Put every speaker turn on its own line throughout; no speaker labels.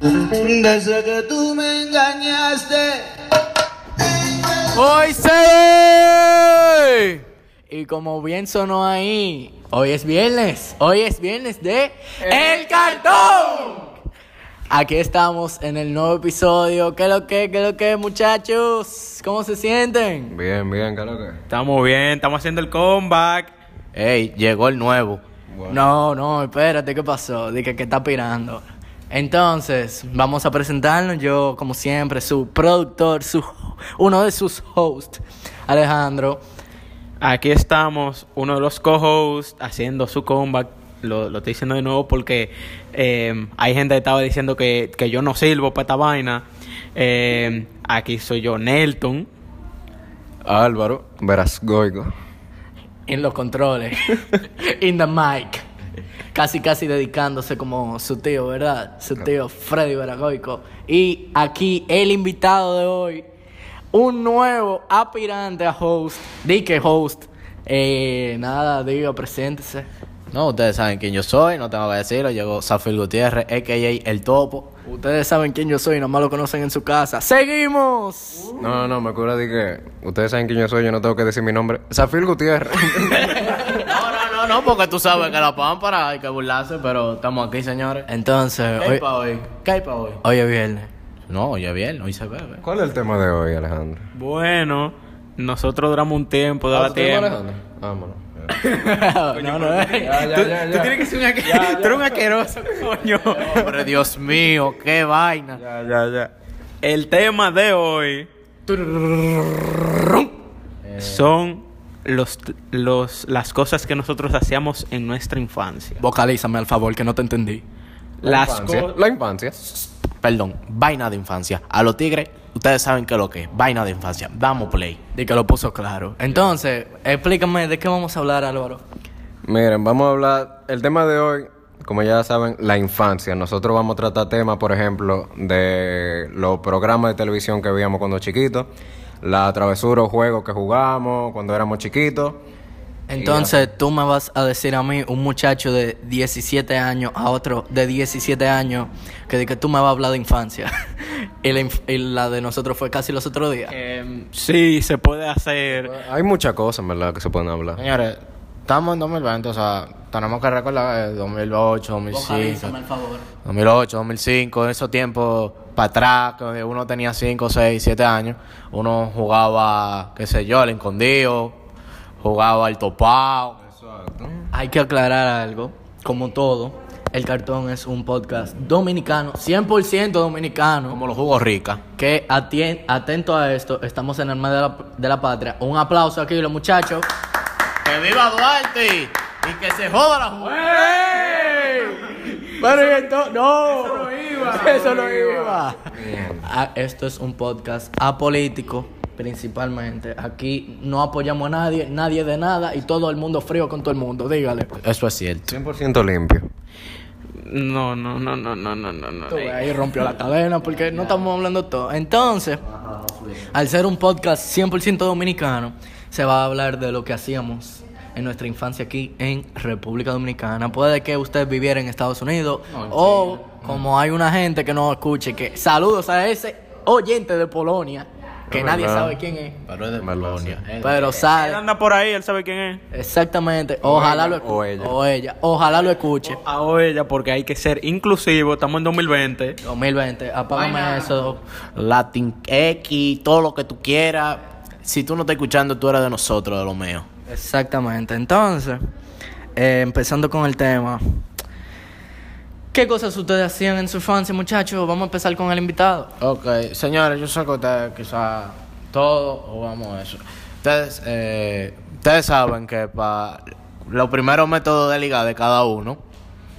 Desde que tú me engañaste.
¡Hoy se! Y como bien sonó ahí, hoy es viernes, hoy es viernes de El Cartón. Aquí estamos en el nuevo episodio. ¿Qué es lo que, qué es lo que, muchachos? ¿Cómo se sienten?
Bien, bien, claro que.
Estamos bien, estamos haciendo el comeback.
Ey, llegó el nuevo.
Bueno.
No, no, espérate, ¿qué pasó? Dije que está pirando. Entonces, vamos a presentarnos. Yo, como siempre, su productor, su, uno de sus hosts, Alejandro.
Aquí estamos, uno de los co-hosts haciendo su comeback. Lo, lo estoy diciendo de nuevo porque eh, hay gente que estaba diciendo que, que yo no sirvo para esta vaina. Eh, aquí soy yo, Nelton.
Álvaro Verasgoico.
en los controles, in the mic, casi casi dedicándose como su tío, ¿verdad? Su tío Freddy Veragoico. Y aquí el invitado de hoy, un nuevo aspirante a host, di que host, eh, nada, digo, preséntese.
No, ustedes saben quién yo soy, no tengo que decirlo. Llegó Zafir Gutiérrez, a.k.a. El Topo.
Ustedes saben quién yo soy, nomás lo conocen en su casa. ¡Seguimos!
No, no, no, me acuerdo de que ustedes saben quién yo soy, yo no tengo que decir mi nombre. Zafir Gutiérrez.
No, no, no, no, porque tú sabes que la pámpara hay que burlarse, pero estamos aquí, señores.
Entonces,
¿Qué hay
hoy,
pa' hoy? ¿Qué hay pa' hoy?
hoy es viernes.
No, hoy es bien, hoy se bebe.
¿Cuál es el tema de hoy, Alejandro?
Bueno, nosotros duramos un tiempo
Ah, ¿tú tienes
debatiendo.
Alejandro? Vámonos.
no, no, eh.
Ya,
Tú,
ya, ya,
tú
ya.
tienes que ser un, aque- tú eres un asqueroso, coño.
Hombre, Dios mío, qué vaina.
Ya, ya, ya.
El tema de hoy
Eh.
son los, los, las cosas que nosotros hacíamos en nuestra infancia.
Vocalízame, al favor, que no te entendí.
Las
Infancia.
cosas.
La infancia.
Perdón, vaina de infancia. A los tigres, ustedes saben qué es lo que es. Vaina de infancia. Damos play.
Di que lo puso claro. Entonces, explícame de qué vamos a hablar, Álvaro.
Miren, vamos a hablar. El tema de hoy, como ya saben, la infancia. Nosotros vamos a tratar temas, por ejemplo, de los programas de televisión que veíamos cuando chiquitos, la travesura o juegos que jugábamos cuando éramos chiquitos.
Entonces, tú me vas a decir a mí, un muchacho de 17 años, a otro de 17 años, que, de que tú me vas a hablar de infancia. y, la, inf- y la de nosotros fue casi los otros días.
Eh,
Em, sí, se puede hacer.
Hay muchas cosas, en ¿verdad?, que se pueden hablar.
Señores, estamos en 2020, o sea, tenemos que recordar eh, 2008, 2005.
Vocalízame, al favor.
2008, 2005, en esos tiempos para atrás, que uno tenía 5, 6, 7 años, uno jugaba, qué sé yo, al escondido, jugaba al topado.
Hay que aclarar algo, como todo, El Cartón es un podcast dominicano, 100% dominicano.
Como los jugos ricas.
que atien- atento a esto, estamos en el mes de la, de la patria. Un aplauso aquí, los muchachos.
¡Que viva Duarte! ¡Y que se joda la juventud!
Pero entonces, no, eso no iba. Eso no iba. Ah, esto es un podcast apolítico, principalmente. Aquí no apoyamos a nadie, nadie de nada y todo el mundo frío con todo el mundo. Dígale. pues.
Eso es cierto.
100% limpio.
No, no, no, no, no, no, no. no.
Tú, ahí rompió la cadena porque no estamos hablando todo. Entonces, al ser un podcast 100% dominicano, se va a hablar de lo que hacíamos en nuestra infancia aquí en República Dominicana. Puede que usted viviera en Estados Unidos o como hay una gente que no escuche, que saludos a ese oyente de Polonia, que
Es
nadie
verdad.
sabe quién es,
Pero es de
Malo,
Polonia. eh.
pero
Él
sabe.
anda por ahí, él sabe quién es.
Exactamente, ojalá lo
ella, o
escuche.
ella.
O ella, ojalá lo escuche.
A o ella, porque hay que ser inclusivo. Estamos en 2020.
2020, apágame eso.
Latin X, todo lo que tú quieras. Si tú no estás escuchando, tú eres de nosotros, de lo mío.
Exactamente. Entonces, eh, empezando con el tema. ¿Qué cosas ustedes hacían en su infancia, muchachos? Vamos a empezar con el invitado.
Ok, señores, yo sé que ustedes quizás todos jugamos eso. Ustedes, eh, ustedes saben que para los primeros métodos de liga de cada uno.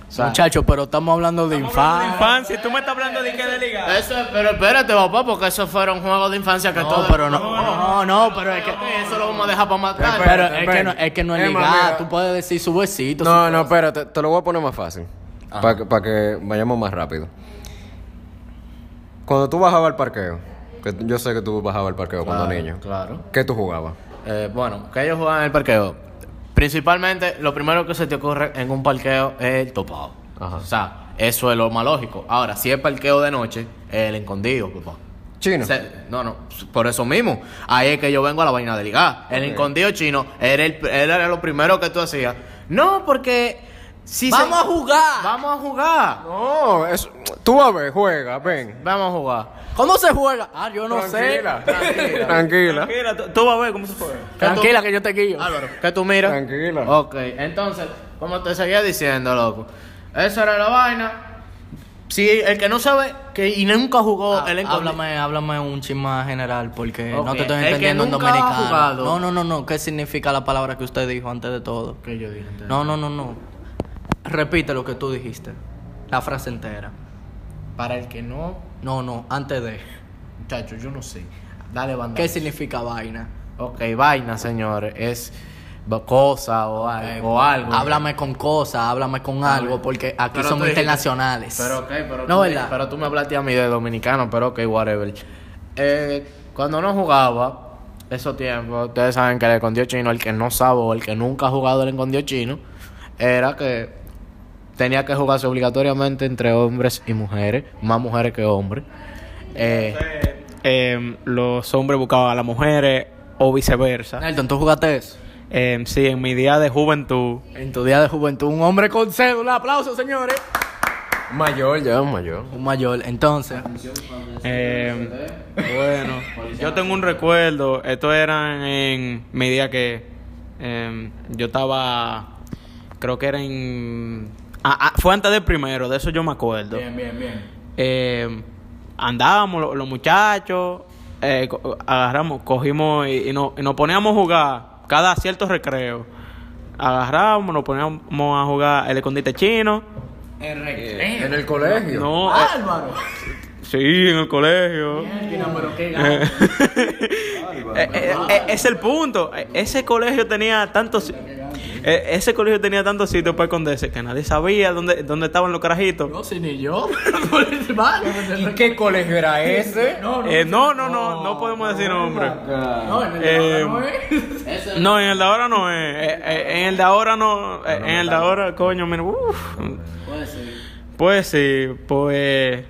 o sea,
Muchachos, pero estamos hablando de
De
infancia.
Infancia, tú me estás hablando de qué de liga.
eso es- pero espérate, papá, porque esos fueron juegos de infancia que todos. Pero no,
No, no, pero es que.
eso lo vamos a dejar para más tarde.
Pero es que no es, que no es
Emma,
ligada.
Eh, mira.
Tú puedes decir su besito. su-
No, no, espérate, te lo voy a poner más fácil. Para que, pa' que vayamos más rápido. Cuando tú bajabas al parqueo, que t- yo sé que tú bajabas al parqueo cuando
Claro,
niño,
Claro.
¿qué tú jugabas?
Eh, bueno, que ellos juegan en el parqueo. Principalmente, lo primero que se te ocurre en un parqueo es el topado.
Ajá.
O sea, eso es lo más lógico. Ahora, si es parqueo de noche, el escondido, papá.
Chino.
Se- no, no, por eso mismo. Ahí es que yo vengo a la vaina de ligar. El
Ok.
escondido chino era, el, era lo primero que tú hacías. No, porque. Si se-
¡Vamos a jugar!
Vamos a jugar.
No, es, tú a ver, juega, ven.
Vamos a jugar.
¿Cómo se juega? Ah, yo no
tranquila,
sé.
tranquila. tranquila.
Mira, tú, tú vas a ver cómo se juega.
Tranquila, que yo te guío.
Ah,
Álvaro, ¿qué tú miras?
Tranquila.
Ok, entonces, como te seguía diciendo, loco, esa era la vaina. Si el que no sabe que y nunca jugó
Ah,
el encondido.
háblame, háblame un chisme más general porque no
Ok,
te estoy
el que
entendiendo en
nunca ha
dominicano.
jugado.
No, no, no, no. ¿Qué significa la palabra que usted dijo antes de todo?
Que yo dije antes.
No, no, no, no. Repite lo que tú dijiste. La frase entera.
Para el que no,
No, no, antes de.
muchacho, yo no sé. Dale banda.
¿Qué significa vaina?
Ok, vaina, señores, es ba- cosa o
Eh,
algo. o algo.
Háblame con cosas, háblame con algo, porque aquí
Pero tú
somos
dijiste-
internacionales.
Pero ok, pero,
No,
tú, me-
¿verdad?
pero tú me hablaste a mí de dominicano, pero ok, whatever. Eh, cuando no jugaba, esos tiempos, ustedes saben que el escondido chino, el que no sabe o el que nunca ha jugado el escondido chino, era que tenía que jugarse obligatoriamente entre hombres y mujeres, más mujeres que hombres. Eh,
Eh, los hombres buscaban a las mujeres o viceversa.
Nelton, ¿tú jugaste eso?
Eh, sí, en mi día de juventud.
En tu día de juventud, un hombre con cédula. Aplausos, señores.
Mayor ya, mayor.
Un mayor, entonces.
eh, bueno, yo tengo un recuerdo. Esto era en mi día que eh, yo estaba. Creo que era en. ah, ah, fue antes del primero, de eso yo me acuerdo.
bien, bien.
eh, andábamos lo- los, muchachos, eh, co- agarramos, cogimos y, y nos, y nos poníamos a jugar cada cierto recreo. Agarrábamos, nos poníamos a jugar el escondite chino.
En el colegio.
No, eh, sí, en el colegio. Eh, eh, eh, es el punto. Eh, Ese colegio tenía tantos. eh, Ese colegio tenía tantos sitios para esconderse que nadie sabía dónde, dónde estaban los carajitos.
No, si ni yo.
¿Y qué colegio era ese?
Eh, no, no, no, no podemos decir nombre.
No, en el
Eh, no, en el de ahora no es. Eh, eh, En el de ahora no. eh, En el de ahora, coño, mira. uf. Pues sí, pues.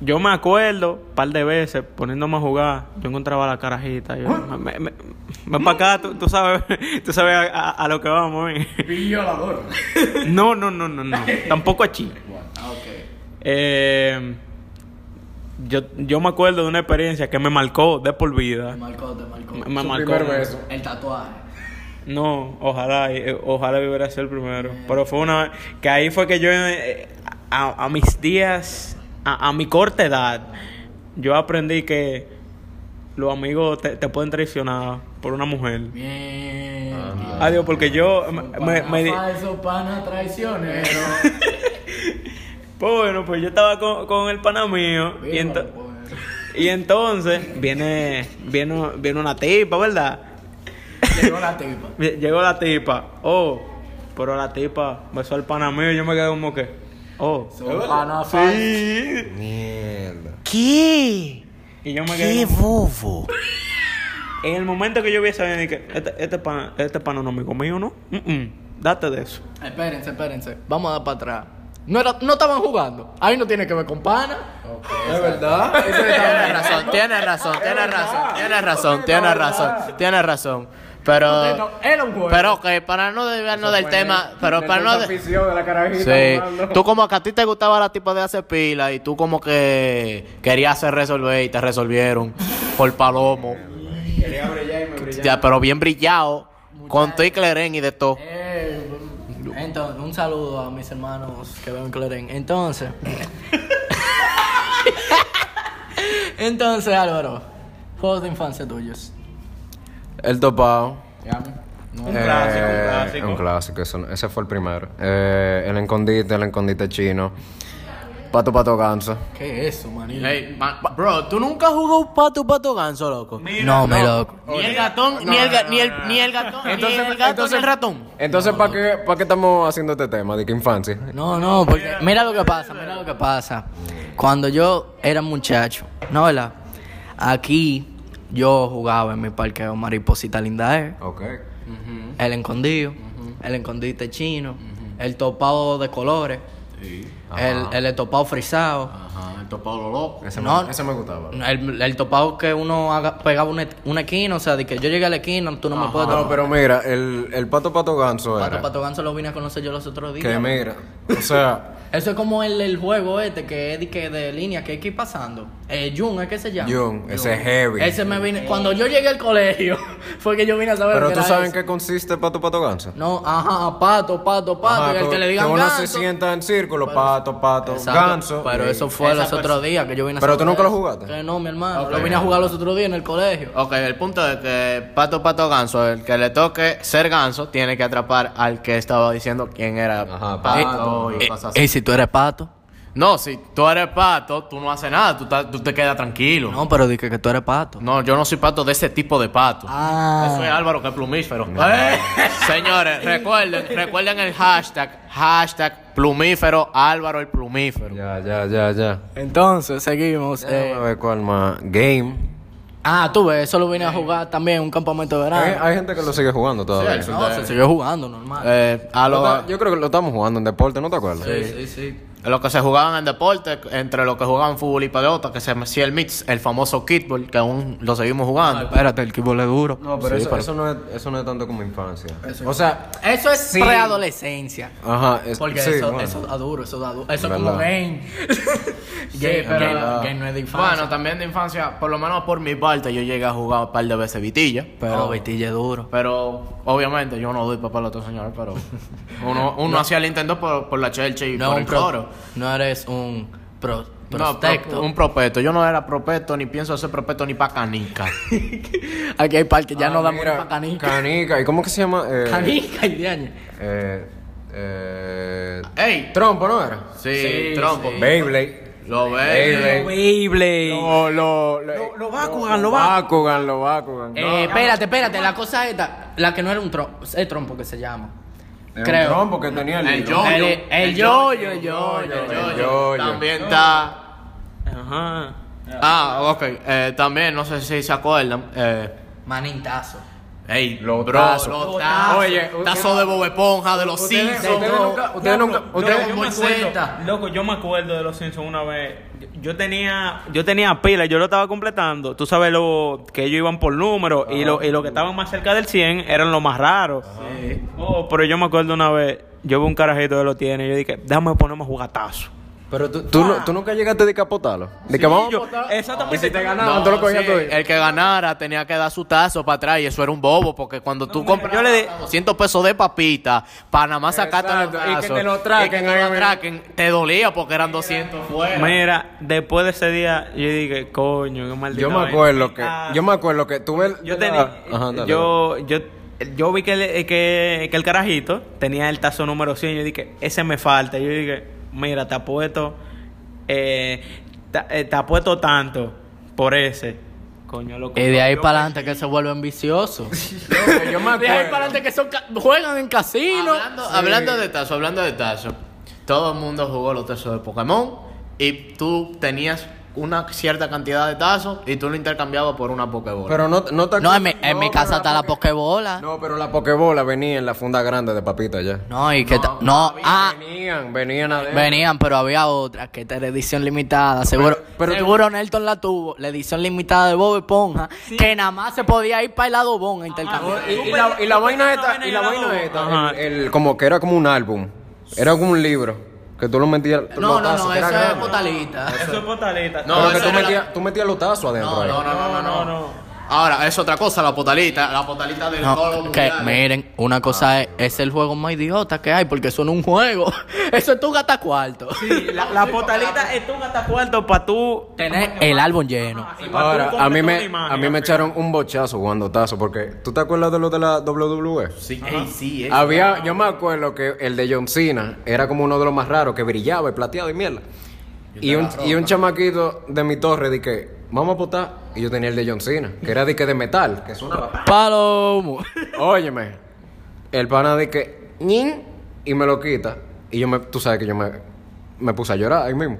Yo me acuerdo, un par de veces, poniéndome a jugar, yo encontraba la carajita. Yo, me, me, me- ven pa' acá, tú, tú sabes, tú sabes a, a- a lo que vamos. ¿eh? No, no, no, no, no. Tampoco a Chile.
Ah,
Eh, yo, yo me acuerdo de una experiencia que me marcó de por vida.
marcó, te marcó.
Me, me
Su
marcó.
primer beso.
El tatuaje.
No, ojalá, y- ojalá hubiera sido el primero. Pero fue una que ahí fue que yo eh, a, a mis días, a, a mi corta edad, yo aprendí que los amigos te, te pueden traicionar por una mujer.
Bien.
Adiós, porque yo me, Ah, me- me di-
Falso pana traicionero.
bueno, pues yo estaba con, con el pana mío
pues.
y, ento- y entonces viene, viene, viene una tipa, ¿verdad?
Llegó la tipa.
Llegó la tipa, oh, pero la tipa besó al pana mío y yo me quedé como que, oh,
Son pana falso.
Mierda.
¿qué? Y yo me quedé. ¡Qué bobo! En el momento que yo vi esa vaina, dije, este, este pana, este pana no es amigo mío, ¿no? Mm, mm, date de eso.
Espérense, espérense. Vamos a dar para atrás. No, era, no estaban jugando. Ahí no tiene que ver con pana.
¿Es verdad?
Tienes razón, tienes razón, tienes razón, tienes razón, tienes razón, tienes razón. Pero,
Era un juego.
pero ok, para no desviarnos del tema, pero para no... de-
de la carajita
Sí,
jugando.
tú como que a ti te gustaba la tipa de hacer pila y tú como que querías hacer resolver y te resolvieron por palomo.
Quería brillar y me brillaba.
Ya, pero bien brillado, con tu y Cleren y de todo.
Eh, entonces, un saludo a mis hermanos que ven Cleren. Entonces. entonces, Álvaro. Juegos de infancia tuyos.
El topado.
Un
Eh,
clásico, un clásico.
un clásico, eso no- ese fue el primero. Eh, el encondite, el encondite chino. Pato pato ganso.
¿Qué es eso, manito?
bro, ¿tú nunca jugó pato pato ganso, loco?
no, me loco.
Ni el gatón, ni el ga- ni el ni el gatón, ni el gato, ni el ratón.
Entonces, ¿para qué, pa' qué estamos haciendo este tema? ¿De qué infancia?
No, no, porque mira lo que pasa, mira lo que pasa. Cuando yo era muchacho, ¿no verdad? Aquí yo jugaba en mi parqueo Mariposita E. Lindae,
Ok.
el escondido, el escondite chino, el topado de colores. el, el estopado frisado.
Ajá, el topado lo loco.
Ese,
No.
me, ese me gustaba.
El, el topado que uno haga- pegaba una, una esquina, o sea, de que yo llegué a la esquina, tú no me puedes
No,
dar.
pero mira, el, el pato pato ganso
Pato,
era.
Pato Ganso lo vine a conocer yo los otros días.
que mira, o sea,
Eso es como el, el juego este que es de, que de línea que hay que ir pasando. Eh, Jun, ¿es que se llama?
Jun, ese es heavy.
Ese me vine. Cuando yo llegué al colegio, fue que yo vine a saber.
pero
que
tú
era
sabes en
ese.
qué consiste pato pato ganso.
No, ajá, pato, pato, pato.
Ajá,
y el que le digan
uno se
ganso.
sienta en círculo, pato pato
Exacto,
ganso.
Pero
y-
eso fue los
Esa
otros días que yo vine a
Pero
saber
tú nunca
de
lo
eso.
jugaste.
Que no, mi hermano. Lo vine a jugar los otros días en el colegio.
Ok, el punto es que Pato Pato Ganso, el que le toque ser ganso, tiene que atrapar al que estaba diciendo quién era
Ajá,
Eh,
Pato y cosas así.
si tú eres pato?
No, si tú eres pato, tú no haces nada, tú, estás- tú te quedas tranquilo. No.
No, pero dije que tú eres pato.
yo no soy pato de ese tipo de pato.
Ah.
Eso es Álvaro que es plumífero. ¡Eh! Señores, recuerden, recuerden el hashtag, hashtag plumífero Álvaro el plumífero.
Ya, ya, ya, ya.
Entonces, seguimos. eh.
Déjame ver cuál más. Game.
Ah, tú ves, eso lo vine a jugar también en un campamento de
Hay,
verano.
hay gente que lo sigue jugando todavía.
No, se siguió jugando, normal.
Eh, a
Lo
los
ta- yo creo que lo estamos jugando en deporte, ¿no te acuerdas?
sí, sí.
los que se jugaban en deporte, entre los que jugaban fútbol y pelota, que se me hacía el mix, el famoso kickball, que aún lo seguimos jugando.
Espérate, el equipo es duro.
No, pero, eso, eso no es, eso no es tanto como infancia. O sea,
Eso es
Sí.
preadolescencia.
ajá. es-
Porque
sí,
eso,
bueno.
eso da duro, eso da duro. Eso es
Verdad.
como game. game,
pero-
game- game no es de infancia.
Bueno, también de infancia, por lo menos por mi parte, yo llegué a jugar un par de veces vitilla.
pero Vitilla es duro.
Pero obviamente yo no doy papá a otro señor, pero uno, uno hacía el intento por, por la Chelsea y
No,
por
es
el
un pro-
coro.
no eres un pro,
No,
prospecto.
pro- un propeto. Yo no era propeto, ni pienso ser propeto ni pa' canica.
Aquí hay parque, ya
Ah,
no damos
mira,
para canica.
Canica. ¿Y cómo que se llama? Eh,
Canica y de año.
eh, eh,
¡Ey!
Trompo, ¿no era?
Sí,
Sí,
trompo.
sí.
Beyblade.
Lo ve.
Lo, lo, lo,
Bakugan,
lo Bakugan, lo Bakugan.
Eh, espérate, espérate, la cosa esta, la que no era un trompo, es trompo que se llama.
Era
creo.
Un trompo que tenía el
El
hilo.
yo-yo.
El- el yo-yo, el
El
yo-yo.
yo-yo.
El yo-yo.
También está.
Ajá.
Ah, ok. Eh, también, no sé si se acuerdan. Eh,
Manintazo.
ey,
Los
bro,
tazos.
los tazos.
Oye,
tazo de Bob Esponja, de los
Ustedes-
Simpsons.
ustedes
bro.
nunca- ustedes
No,
nunca-
loco,
ustedes-
yo me acuerdo, loco, yo me acuerdo de los Simpsons una vez. Yo- Yo tenía, yo tenía pila, yo lo estaba completando. Tú sabes lo que ellos iban por número y lo, y lo que estaban más cerca del 100 eran los más raros. Oh, pero yo me acuerdo una vez, yo vi un carajito que lo tiene y yo dije, déjame ponerme a jugatazo.
Pero tú, tú,
Ah.
no- tú nunca llegaste a decapotarlo. De que vamos. a
yo,
botar-
exactamente.
ganaban, tú lo cogías
sí,
todo.
El que ganara tenía que dar su tazo para atrás y eso era un bobo porque cuando tú compras
yo le di-
200 pesos de papita para nada más sacarte los
Exacto, y que
tazos
te lo
y que
traquen
te,
ahí
lo
mismo.
atraquen, te dolía porque eran 200 fuera.
Mira, después de ese día, yo dije, coño, qué
Yo
maldito.
me acuerdo que.
Ah.
Yo me acuerdo que tuve. el-
Yo tenía.
Ajá, dale,
yo, yo, yo vi que el, que, que el carajito tenía el tazo número 100. Yo dije, ese me falta. Yo dije, mira, te apuesto. Eh, ta- eh, te apuesto tanto por ese. Coño, loco.
Y de ahí
Yo-
para adelante que se vuelven viciosos.
dale. Yo me
de ahí para
acuerdo.
adelante que son ca- juegan en casino.
Hablando, hablando de tazo, hablando de tazo, todo el mundo jugó los tazos de Pokémon y tú tenías una cierta cantidad de tazos y tú lo intercambiabas por una Pokébola.
Pero no, no te
No,
acuerdas-
en mi, en
No,
mi
pero
casa está la
poke-
pokebola. No,
No, pero la pokebola venía en la funda grande de papita ya.
y que ta- no, ah,
Venían, venían adentro.
venían, pero había otra que era edición limitada, seguro.
pero-
seguro Nelton la tuvo, la edición limitada de Bob Esponja, que nada más se podía ir para el lado Bon a intercambiar.
Y, y la, y la vaina esta, y la vaina esta, el, el- como que era como un álbum. Era como un libro. Que tú lo metías.
No,
los
no,
tazos,
no,
que era
eso es
grande.
botalita.
Eso es botaleta.
No,
Pero que
eso
tú
era la-
metías, tú metías los tazos adentro. ahí.
no, no, no, no, no. Ahora, es otra cosa, la potalita, la potalita del
No,
Colo
que
Mundial.
miren, una cosa es, es el juego más idiota que hay, porque eso no es un juego. Eso es tu gata cuarto.
Sí, la, la botaleta es tu gata cuarto para tú.
Tener el álbum lleno.
y pa' tú
Ahora, a mí
completar una
me,
imagen,
a mí me
así.
echaron un bochazo jugando tazo, porque ¿tú te acuerdas de lo de la E? WWE?
Sí, ey, sí, ey.
Había, yo me acuerdo que el de John Cena era como uno de los más raros, que brillaba y plateado y mierda. Y un, y un chamaquito de mi torre di que, vamos a votar. Y yo tenía el de John Cena, que era de que de metal, que sonaba.
Palomo.
Óyeme, el pana di que, ñin, y me lo quita. Y yo me, tú sabes que yo me, me puse a llorar ahí mismo.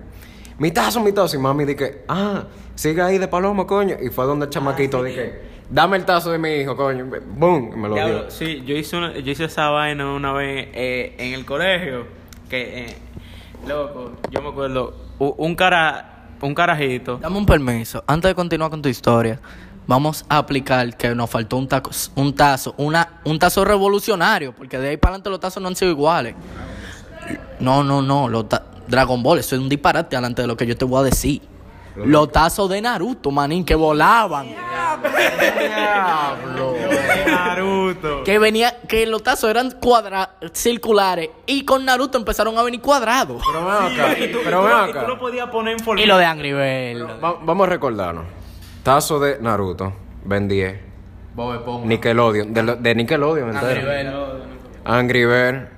Mi tazo, mi tazo. Y mami di que, ah, sigue ahí de paloma, coño. Y fue
Ah,
donde el chamaquito di que, dame el tazo de mi hijo, coño. Boom, y me lo
Diablo,
dio.
sí, yo hice, una- yo hice esa vaina una vez eh, en el colegio. Que, eh, Loco, yo me acuerdo, u- un cara, un carajito.
Dame un permiso. Antes de continuar con tu historia, vamos a aplicar que nos faltó un, taco, un tazo, una, un tazo revolucionario, porque de ahí para adelante los tazos no han sido iguales. No, no, no. Los ta- Dragon Ball, eso es un disparate delante de lo que yo te voy a decir. Los tazos de Naruto, manín, que volaban.
Naruto.
Que venía, que los tazos eran cuadra circulares y con Naruto empezaron a venir cuadrados.
Pero ven acá, pero ven
Y tú lo
acá.
podías poner en
Y
formato.
lo de Angry Birds.
Va- vamos a recordarnos. Tazo de Naruto, Ben 10. Nickelodeon, de, lo- de Nickelodeon entero. Angry Bird.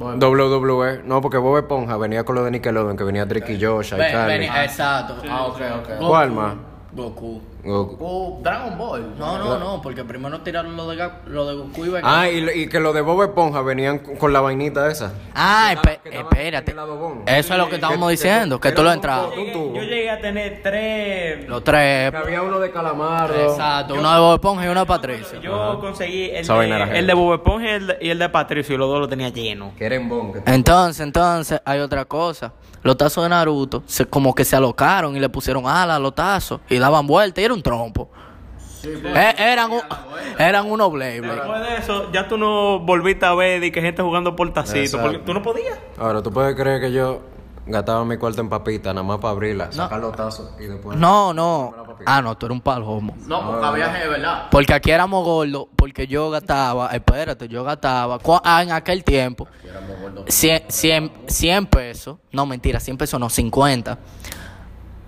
WWE. E. No, porque Bob Esponja venía con lo de Nickelodeon, que venía Drake y Josh,
Ven-
iCarly.
ven- exacto.
Ah, ok, ok.
Goku.
¿Cuál más?
Goku.
Goku.
Uh, Dragon Ball.
No, no, no, porque primero tiraron lo de, Ga- lo de Goku y Vegeta.
Ah, y, lo- y que lo de Bob Esponja venían con con la vainita esa.
Ah, espe-
que estaban
espérate.
en el adobón.
Eso es lo que estábamos diciendo, que tú lo entrabas.
un
Yo
tubo.
llegué a tener tres.
Los tres.
Que había uno de calamardo.
Exacto, uno de Bob Esponja y uno de Patricio.
Yo conseguí el
Esa vaina era
de,
heavy.
el de Bob Esponja y el, de- y el de Patricio, y los dos lo tenía lleno.
Que era en bon. que-
Entonces, entonces, hay otra cosa. Los tazos de Naruto se, como que se alocaron y le pusieron alas a los tazos y daban vuelta y era un trompo. Eh, eran, un- eran unos Blade Blade.
Después de eso, ya tú no volviste a ver de que gente jugando por tacito,
Exacto.
porque tú no podías.
Ahora, ¿tú puedes creer que yo gastaba mi cuarto en papita nada más para abrirla, sacar los tazos y después...
No, no. Ah, no, tú eres un palhomo.
No, porque había gente, ¿verdad?
Porque aquí éramos gordos, porque yo gastaba, espérate, yo gastaba, cua- ah, en aquel tiempo, 100, 100, 100 pesos, no mentira, 100 pesos no, 50,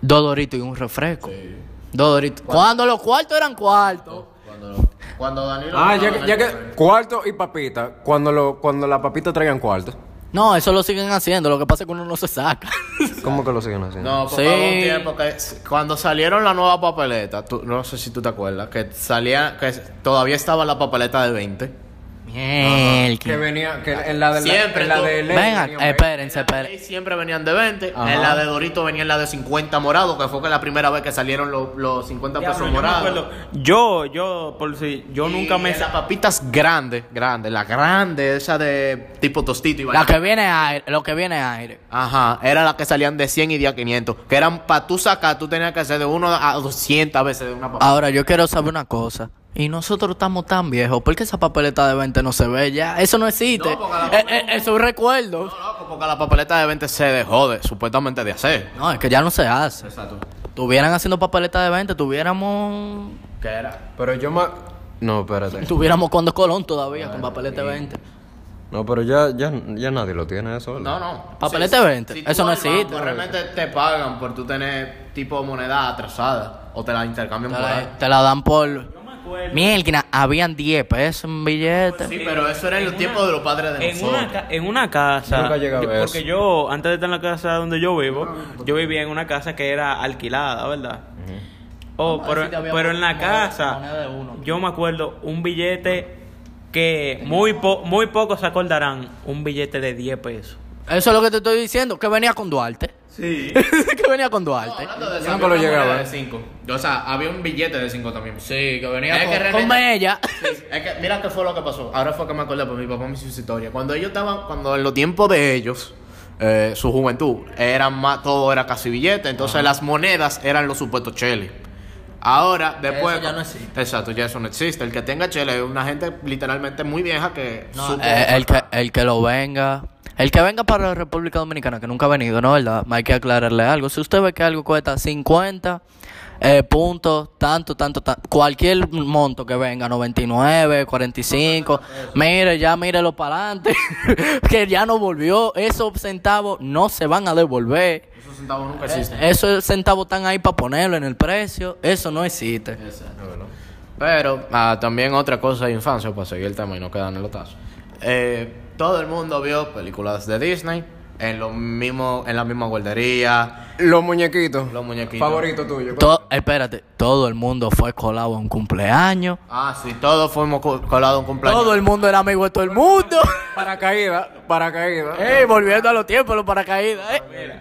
dos doritos y un refresco. Dos doritos. Cuando los cuartos eran cuartos.
Cuando Danilo.
Ah, ya que, ya que- Cuarto y papita. Cuando, lo, cuando la papita traigan cuarto.
No, eso lo siguen haciendo, lo que pasa es que uno no se saca.
¿Cómo que lo siguen haciendo?
No,
Sí.
porque hubo un tiempo que s- cuando salieron la nueva papeleta, tú- no sé si tú te acuerdas, que salía, que s- todavía estaba la papeleta de 20.
Que
Mierda.
venía... Que en la de... la-
Siempre
en la
tú-
de ley
Vengan,
venían
espérense,
Ahí
espérense.
siempre venían de 20, en la de Dorito venían la de 50 morado, que fue que la primera vez que salieron los, los 50
Diablo,
pesos
yo me
morados.
acuerdo. Yo, yo, por si, yo
Y
nunca me.
en Las papitas grandes, grandes, la grande, esa de tipo tostito y
La
vaina.
que viene aire, lo que viene aire.
Ajá, era la que salían de 100 y de a 500, que eran para tú sacar, tú tenías que hacer de 1 a 200 veces de una papeleta.
Ahora, yo quiero saber una cosa. Y nosotros estamos tan viejos, ¿por qué esa papeleta de 20 no se ve ya? Eso no existe.
No, porque la
Eh, eh, es un recuerdo.
No, loco, porque la papeleta de 20 se dejó de, supuestamente de hacer.
No, es que ya no se hace.
Exacto.
Tuvieran haciendo papeleta de 20, tuviéramos.
¿Qué era?
Pero yo más... No, espérate.
Tuviéramos cuando Colón todavía con papeleta de 20.
No, pero ya, ya, ya nadie lo tiene eso, ¿verdad?
No, no.
Papeleta de 20,
tú
eso no
vas al banco,
existe.
Realmente te pagan por tú tener tipo moneda atrasada o te la intercambian
Te
por ahí.
la, te la dan por.
Yo me acuerdo.
Mierda, habían 10 pesos en billetes.
Pues Sí, pero eso era en los
una-
tiempos de los padres de
En una,
nosotros.
ca- en una casa,
Yo nunca llegué a
yo-
ver
porque
eso.
yo, antes de estar en la casa donde yo vivo, yo vivía en una casa que era alquilada, ¿verdad? Oh,
Vamos a
pero,
decir que había
pero en la
moneda- moneda
casa,
de uno.
yo me acuerdo un billete que muy, po- muy pocos se acordarán, un billete de 10 pesos.
Eso es lo que te estoy diciendo, que venía con Duarte.
Sí.
que venía con Duarte.
Hablando de eso,
Yo nunca
había
lo
una
llegaba.
moneda de cinco. O sea, había un billete de 5 también.
Sí, que venía
Es
con,
que realmente-
con ella.
Sí, es que mira qué fue lo que pasó. Ahora fue que me acordé, pues mi papá me hizo su historia. Cuando ellos estaban, cuando en los tiempos de ellos, eh, su juventud, eran más, todo era casi billete. Entonces las monedas eran los supuestos cheles. Ahora, después.
ya no existe.
Exacto, ya eso no existe. El que tenga cheles es una gente literalmente muy vieja que.
No,
supo-
eh, el, que, el que lo venga. El que venga para la República Dominicana, que nunca ha venido, ¿no? ¿Verdad? Hay que aclararle algo. Si usted ve que algo cuesta 50 eh, puntos, tanto, tanto, tanto, cualquier monto que venga, 99, 45, mire, ya mírelo para adelante, que ya no volvió. Esos centavos no se van a devolver.
Esos centavos nunca existen.
Esos centavos están ahí para ponerlo en el precio. Eso no existe.
Pero ah, también otra cosa de infancia, para seguir el tema y no quedarnos en los tazos. Eh, todo el mundo vio películas de Disney en, los mismos en la misma guardería.
Los muñequitos.
Los muñequitos.
Favorito tuyo.
To- espérate, todo el mundo fue colado a un cumpleaños.
Ah, sí, todos fuimos co- colados a un cumpleaños.
Todo el mundo era amigo de todo el mundo.
Paracaídas. Paracaídas.
Ey, volviendo a los tiempos, los paracaídas. eh.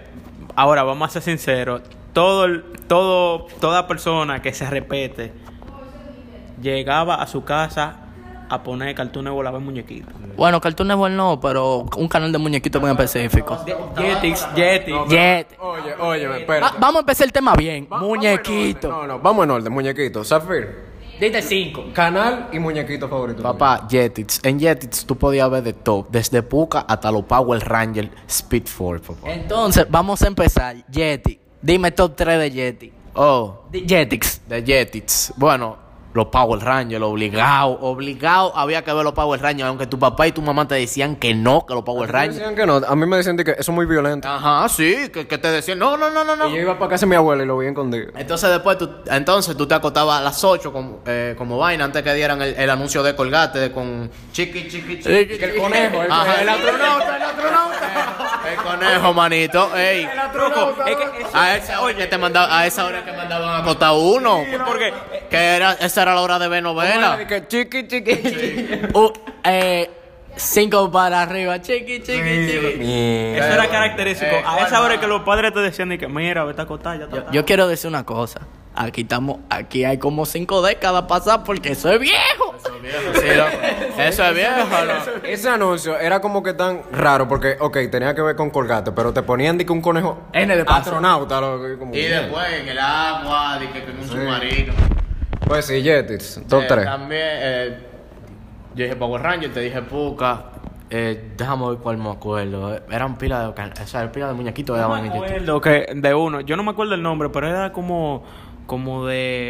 Ahora, vamos a ser sinceros, todo, el- todo, toda persona que se repete llegaba a su casa a poner Cartoon Network a ver muñequitos.
Bueno, Cartoon Network no, pero un canal de muñequitos muy específico.
Jetix, Jetix.
Jet.
Oye, oye,
Va-
espérate.
vamos a empezar el tema bien.
Va-
muñequito.
vamos en orden. No, no, vamos en orden, muñequito. Zafir,
Diste cinco.
canal y muñequito favorito.
Papá, Jetix. En Jetix tú podías ver de todo. Desde Puka hasta los Power Ranger Speed Force, papá.
Entonces, vamos a empezar. Yeti. Dime top 3 de Yeti.
Oh,
De Jetix.
de Jetix. Bueno, los Power Rangers, obligado. Obligado había que ver los Power Rangers. Aunque tu papá y tu mamá te decían que no, que los Power
Me
Rangers.
decían que no, a mí me decían de que eso es muy violento.
Ajá, sí, que, que te decían, no, no, no, no, no.
Y yo iba para casa de mi abuela y lo vi escondido.
Entonces después tú, entonces tú te acostabas a las 8 como, eh, como vaina antes que dieran el, el anuncio de colgate de con chiqui chiqui chiqui.
el conejo, el-
Ajá,
el astronauta,
el astronauta. El conejo, manito, ey.
Es que eso-
A esa, oye, te mandaba, a esa hora que mandaban a acostar uno.
porque
Que era, esa era la hora de ver novela.
Que chiqui, chiqui, chiqui.
Uh, eh, cinco para arriba. Chiqui, chiqui, chiqui.
eso era
Mierda.
característico.
eh,
a esa
bueno.
hora que los padres te decían de que mira, vete a acostar, ya está.
Yo, yo quiero decir una cosa. Aquí estamos, aquí hay como cinco décadas pasadas porque soy viejo.
Sí, loco. Eso es viejo, loco.
Ese anuncio era como que tan raro porque, ok, tenía que ver con Colgate, pero te ponían de que un conejo
En el espacio.
astronauta. loco, y como-
Y después en el agua, de que en un submarino.
Pues sí, Jetix, top
Eh,
3.
También, eh, yo dije Power Ranger, te dije Puka. Eh, déjame ver cuál me acuerdo. eh. Eran pilas de can- o sea, eran pilas de muñequitos
No
daban
me
en YouTube.
acuerdo que de uno. Yo no me acuerdo el nombre, pero era como como de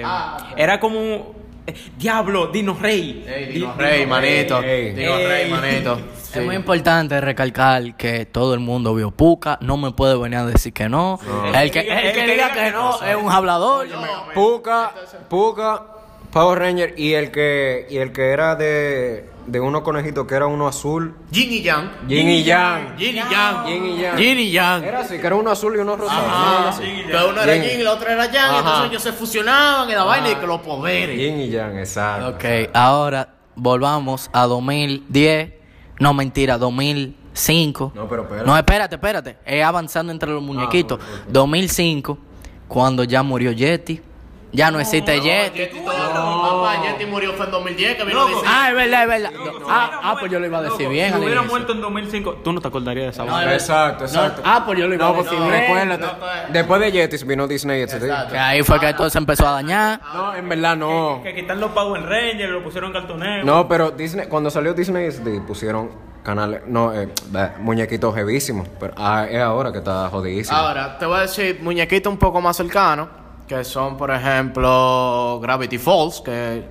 era como eh, Diablo, Dino Rey.
Ey,
Di-
Dino Rey, manito.
Ey.
Dino Rey,
Ey.
manito.
Es muy importante recalcar que todo el mundo vio Puka. No me puede venir a decir que no. El que, el que diga que no es un hablador.
Puka, Puka, Power Ranger y el que y el que era de, de unos conejitos que era uno azul.
Jin y Yang.
Yin y Yang.
Jin y Yang.
Yin y Yang.
Jin y Yang.
Era así, que era uno azul y uno rosado. ¿no? Era
Ah,
así.
que uno era
Yin.
Jin y la otra era Yang.
Ajá.
Entonces ellos se fusionaban en la vaina y que los poderes.
Yin y Yang, exacto.
Ok, ahora volvamos a 2010. No, mentira, 2005.
No, pero espérate.
No, espérate, espérate. Es avanzando entre los muñequitos. 2005, cuando ya murió Yeti. Ya no existe Yeti.
Yeti todavía- Papá, Yeti murió fue en 2010 que vino diciendo-
Ah, es verdad, es verdad. ah, ah, pues yo lo iba a decir
Loco,
bien.
Si
al
hubiera
inicio.
muerto en 2005, tú no te acordarías de esa
No,
vaina.
Exacto, exacto.
Ah, pues yo lo iba a
No,
decir
porque
bien.
recuérdate,
no, pues.
después de Jetix vino Disney, etc.
Exacto.
Que ahí fue que todo se empezó a dañar.
No, en verdad no.
Que quitan los Power Rangers, lo pusieron cartonero.
No, pero Disney, cuando salió Disney XD pusieron canales, no, eh, bah, muñequitos heavísimos, pero ah, es ahora que está jodidísimo.
Ah,
Ahora, te voy a decir muñequitos un poco más cercanos, que son, por ejemplo, Gravity Falls, que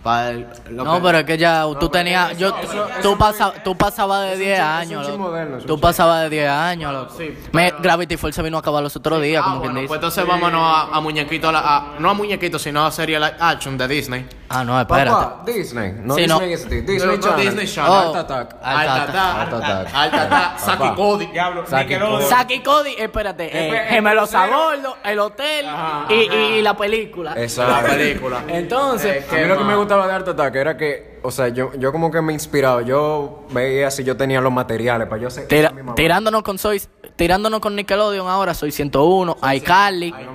para el- lo
No,
que-
pero es que ya tú tenías. Yo, tú, pasa- tú pasabas de 10
chip- es un
años.
chip
loco.
moderno, es un
tú
chip.
pasabas de 10 años. loco.
sí,
Me- Gravity Falls se vino a acabar los otros días,
Ah,
como
bueno,
quien dice.
pues entonces vámonos a, a muñequitos, la- a- no a muñequitos, sino a serie live action de Disney.
Ah, no, espérate.
Papá, Disney, no
Sí, no.
Disney XD, Disney
No, no,
Channel.
Disney Channel.
Oh.
Art Attack.
Alta
Alta Ta,
Alta Ta.
Alta Ta,
Papá.
Saki Cody.
Diablo,
Saki
Nickelodeon.
Saki Cody, espérate. Eh,
Espe-
gemelos a
crucero.
bordo, el hotel y, y- y la película.
La
Exacto.
película.
Entonces,
Eh,
A mí lo que me
más?
gustaba de Art Attack era que, o sea, yo, yo como que me inspiraba, yo veía si yo tenía los materiales para yo hacer
tira-
esa misma
tirándonos con Soy, tirándonos con Nickelodeon ahora, soy 101, iCarly,
Ay,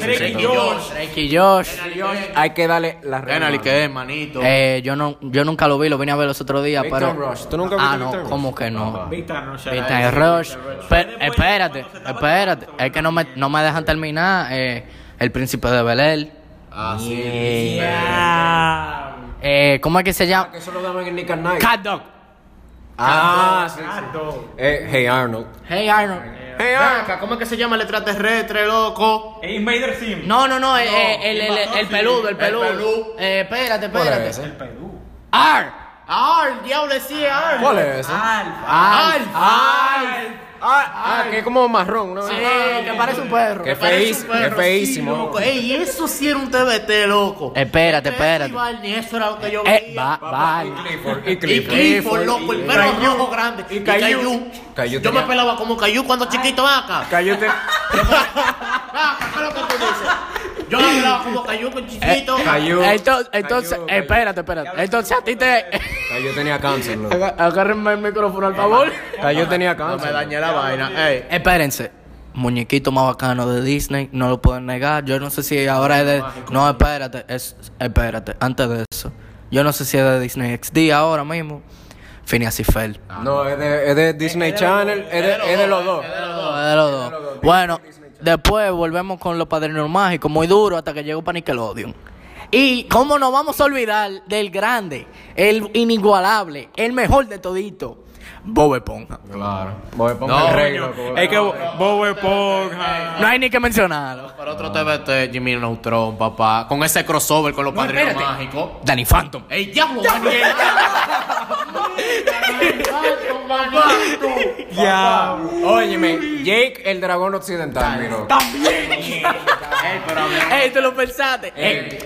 Drake y
Drake y
Josh.
Josh.
Drake y Josh.
vaina. Hay que darle la
Renali,
regla.
que es, manito.
Eh, yo no, yo nunca lo vi, lo vine a ver los otros días,
Victor
pero.
Rush. ¿Tú nunca
ah,
viste Victor
no,
Rush?
¿cómo que no?
Vista, no, Shara.
Viste, Rush. Pe- espérate, espérate. Es que no me, no me dejan terminar. eh, el príncipe de Bel Air.
Ah, sí.
Ah.
Eh, ¿Cómo es que se llama?
Que eso lo daban en Nick and Knight.
Cat Dog.
Ah, sí.
Exacto.
Eh, hey Arnold.
Hey Arnold.
Hey
Ven acá, ¿Cómo es que se llama el extraterrestre, loco?
Eh, Invader Sim.
No, no, no, eh, eh, el, el, el, el peludo, el peludo.
peludo.
Eh, espérate,
¿Cuál es
espérate.
ese?
Perú.
Ar.
Ah, el diablo sí, Arl.
¿Cuál es ese?
Alfa.
Arl.
Ah, ah, que es como marrón, ¿no?
Eh, que parece un perro.
Que
Parece
feís-
un perro,
que
sí,
feísimo.
loco. eh. Ey, eso sí era un TBT, loco.
Espérate, espérate.
Ese Barney, eso era lo que yo
Eh,
veía.
va, va.
Y
Y
Clifford.
Clifford, loco, el
y-
perro
Caillou.
rojo grande.
Y
Y
Caillou.
Caillou.
Caillou
Yo me
tenía-
pelaba como Caillou cuando chiquito acá.
Cállate.
Acá, ¿qué es lo que tú dices? Yo me pelaba como Caillou con chiquito.
Cayó.
Entonces, entonces,
Cayó, cayó.
espérate, espérate. Entonces a ti te.
Cayó tenía cáncer, loco.
Agárrenme el micrófono, al favor.
Cayó tenía
No me
cáncer.
dañé la vaina. Ey.
Espérense. Muñequito más bacano de Disney, no lo pueden negar. Yo no sé si ahora es de. No, espérate, es, espérate, antes de eso. Yo no sé si es de Disney XD ahora mismo. Phineas y Ferb.
No, es de, es de Disney Channel, es de, es de los dos.
Ah, de los dos. Bueno, después volvemos con los padrinos mágicos, muy duro hasta que llegó para Nickelodeon. Y cómo nos vamos a olvidar del grande, el inigualable, el mejor de todito, Bob Esponja.
Claro. Voy a poner
No,
el rey, loco.
Es que Bob Esponja.
No hay ni que mencionarlo.
Para otro TBT, Jimmy Neutron, papá. Con ese crossover con los padrinos
espérate.
mágicos.
Danny Phantom.
¡Ey, ya, Juan! Daniel,
Ya. Óyeme, Jake el dragón occidental, mi loco.
¡Ey, te lo pensaste! ¡Ey!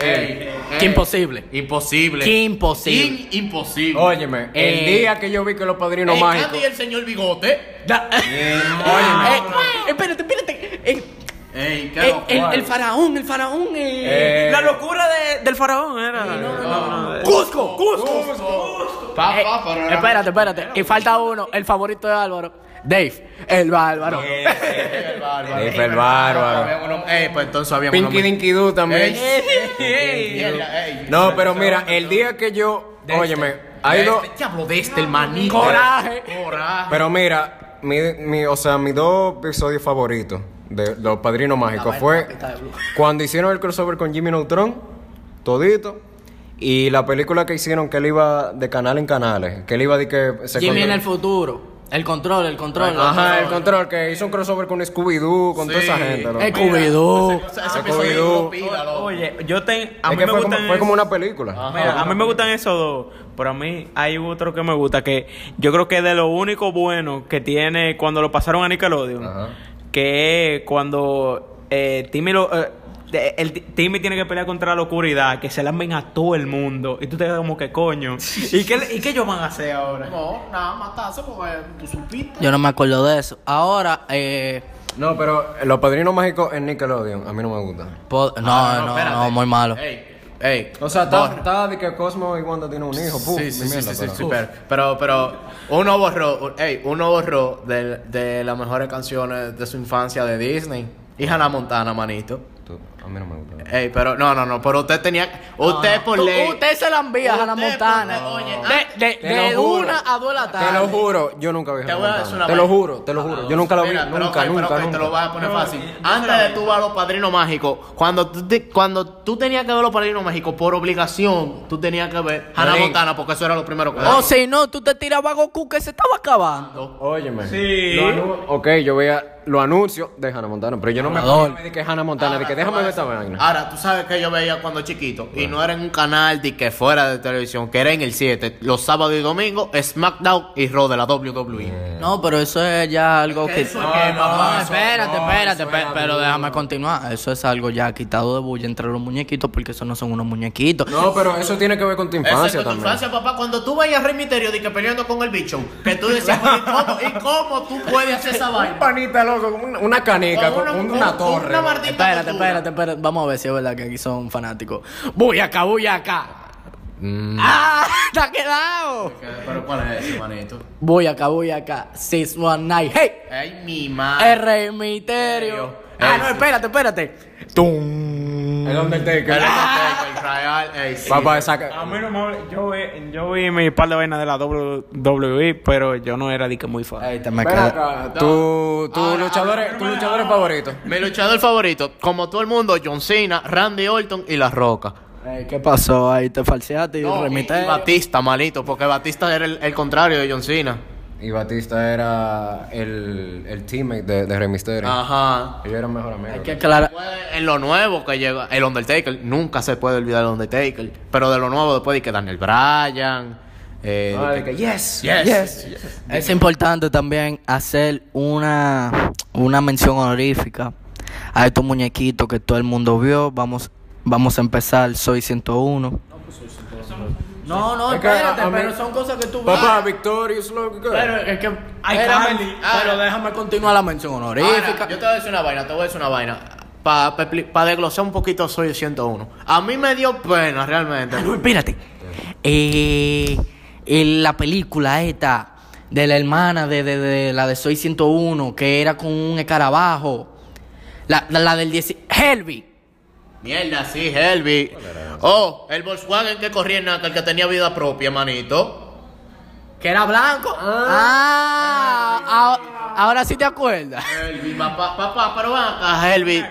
¡Qué imposible!
Imposible.
¡Qué imposible!
In- imposible.
Óyeme, el
Eh.
día que yo vi que los padrinos
Ey, Candy y
mágicos.
el señor Bigote.
Da-
Óyeme.
Ey, Eh, espérate, espérate. Ey,
Ey, qué
El,
loco.
el- el faraón, el faraón. eh.
Eh.
La locura de- del faraón era. no, no.
Cusco, Cusco.
Pa,
Eh,
Ah, pa, pero era-
espérate, espérate. Y falta uno, el favorito de Álvaro. Dave, el bárbaro.
El bárbaro.
Ey, el bárbaro.
Había uno- Ey, pues entonces había uno-
Pinky Dinky Doo también.
Ey,
eh,
Ey, ey.
mierda, ey.
No, pero mira, el día que yo. Óyeme, hay
eh. Este,
dos.
diablo de este, el maní.
Coraje.
Coraje.
Pero mira, mi, mi- o sea, mis dos episodios favoritos de, de Los Padrinos Mágicos fue cuando hicieron el crossover con Jimmy Neutron, todito, y la película que hicieron que él iba de canal en canales, que él iba de que se
Jimmy en
control-
el futuro. El control, el control.
Ajá, el control, que hizo un crossover con Scooby-Doo, con toda esa
Sí.
gente. loco.
El Scooby-Doo.
O sea, ese
Se
episodio
cogió.
no pila, loco.
Oye, yo tengo. A
Es
mí
que
me
fue como,
gustan.
fue como una película.
Mira, a mí me gustan esos dos, pero a mí hay otro que me gusta que yo creo que de lo único bueno que tiene cuando lo pasaron a Nickelodeon,
Ajá.
que es cuando eh, Timmy lo- eh, de- el ti- Timmy tiene que pelear contra la oscuridad, que se la ven a todo el mundo y tú te quedas como que coño. ¿Y qué, le- ¿Y qué ellos van a hacer ahora?
No, nada, matazo porque tú supiste.
Yo no me acuerdo de eso. Ahora, eh.
No, pero Los Padrinos Mágicos en Nickelodeon, a mí no me gusta.
po- no, no, no,
Ah, espérate. Eh,
muy malo.
Ey, ey.
O sea, está, está de que Cosmo y Wanda tienen un hijo, puf,
Sí, sí,
mi
sí,
mierda,
sí, sí,
pero-
sí, pero, pero, pero uno borró, un- ey, uno borró de, de las mejores canciones de su infancia de Disney y Hannah Montana, manito.
Tú, a mí no me gusta.
Ey, pero no, no, no, pero usted tenía, usted por
Tú-
ley.
Usted se la envía a la
Usted,
montana. ah.
por ley, oye, ah,
De, de-
Te
de
lo juro.
una a dos de la tarde.
Te lo juro, yo nunca vi
Te
Hannah
voy a
Montana.
decir una
Te lo
vaina.
juro, te lo juro. Yo nunca la vi,
Mira, pero
nunca,
ok, pero
nunca,
ok,
nunca.
Te lo voy a poner fácil. Antes de tú ver a los padrinos mágicos, cuando tú, te- cuando tú tenías que ver los padrinos mágicos por obligación, tú tenías que ver Hannah
Blink.
Montana porque eso era lo primero que
O si no, tú te tirabas a Goku que se estaba acabando.
Óyeme.
Sí.
Lo anu- ok, yo veía los anuncios de Hannah Montana, pero yo no me
Ganador.
acuerdo de que Hannah Montana, de que
Ahora,
déjame ver
tú
esta
vas-
vaina.
Ahora, tú sabes que yo veía cuando chiquito y no era en un canal de que fuera de televisión, que era en el 7, los sábados y domingos, SmackDown y Raw de la E. WWE.
No, pero eso es ya algo que.
eso es que, papá, eso-
espérate,
no,
espérate,
eso
pe-
era
pero
duro.
déjame continuar. Eso es algo ya quitado de bulla entre los muñequitos porque eso no son unos muñequitos.
No, pero eso tiene que ver con tu
Esa
infancia
es tu
también.
infancia, papá. Cuando tú veías a Rey Misterio de que peleando con el bicho, que tú decías, "Pero, ¿y cómo, ¿y cómo tú puedes hacer esa
Un
vaina?
panita loco, con una, una canica, con
Con
con una,
con- con
torre.
Una martita
Espérate,
cultura.
espérate, espérate. Vamos a ver si es verdad que aquí son fanáticos. Buyaca, buyaca. ¡Ah! ¡Te ha quedado!
¿Qué? Pero ¿cuál es ese, manito?
Buyaca, buyaca. 619. ¡Hey!
Ay, mi madre.
El rey misterio. Ah, no, espérate, espérate.
El Undertaker.
El Real, ey, sí.
Papá, saca.
A mí no me yo vi, yo vi mi par de vainas de la WWE, pero yo no era de que muy fan.
Ven acá, tu, tu
Ahora,
luchadores, tus luchadores favoritos.
Mi luchador favorito, como todo el mundo, John Cena, Randy Orton y La Roca.
Ey, Eh, ¿Qué pasó? Ahí te falseaste y el
No,
rey
y- y
misterio.
Batista, malito, porque Batista era el, el contrario de John Cena.
Y Batista era el, el teammate de, de Rey Mysterio.
Ajá.
Ellos eran mejor amigos.
Hay que aclarar.
Pues, En lo nuevo que llega, el Undertaker, nunca se puede olvidar el Undertaker. Pero de lo nuevo después de que Daniel Bryan. eh,
Ah,
de
de que, yes,
Yes.
Es importante también hacer una, una mención honorífica a estos muñequitos que todo el mundo vio. Vamos, vamos a empezar, soy 101. No, no,
Es que a-
espérate,
a mí-
pero son cosas que tú ves.
Papá, Victorious, loco. ¿qué?
Pero es que.
Ay, ah.
espérame,
Carly.
pero déjame continuar la mención
Ahora,
honorífica.
yo te voy a decir una vaina, te voy a decir una vaina. Para pa, expli- pa desglosar un poquito Soy 101. A mí me dio pena realmente.
Ah, no, espérate. Eh, en la película esta de la hermana de, de- de la de Soy 101, que era con un escarabajo. La, la, la del 10. Helvi.
Mierda, sí, Helvi. Oh, el Volkswagen que corría en Naca, el que tenía vida propia, manito.
Que era blanco. Ah, ah, ahora sí te acuerdas.
Helvi, papá, papá, pero ven acá, Helvi.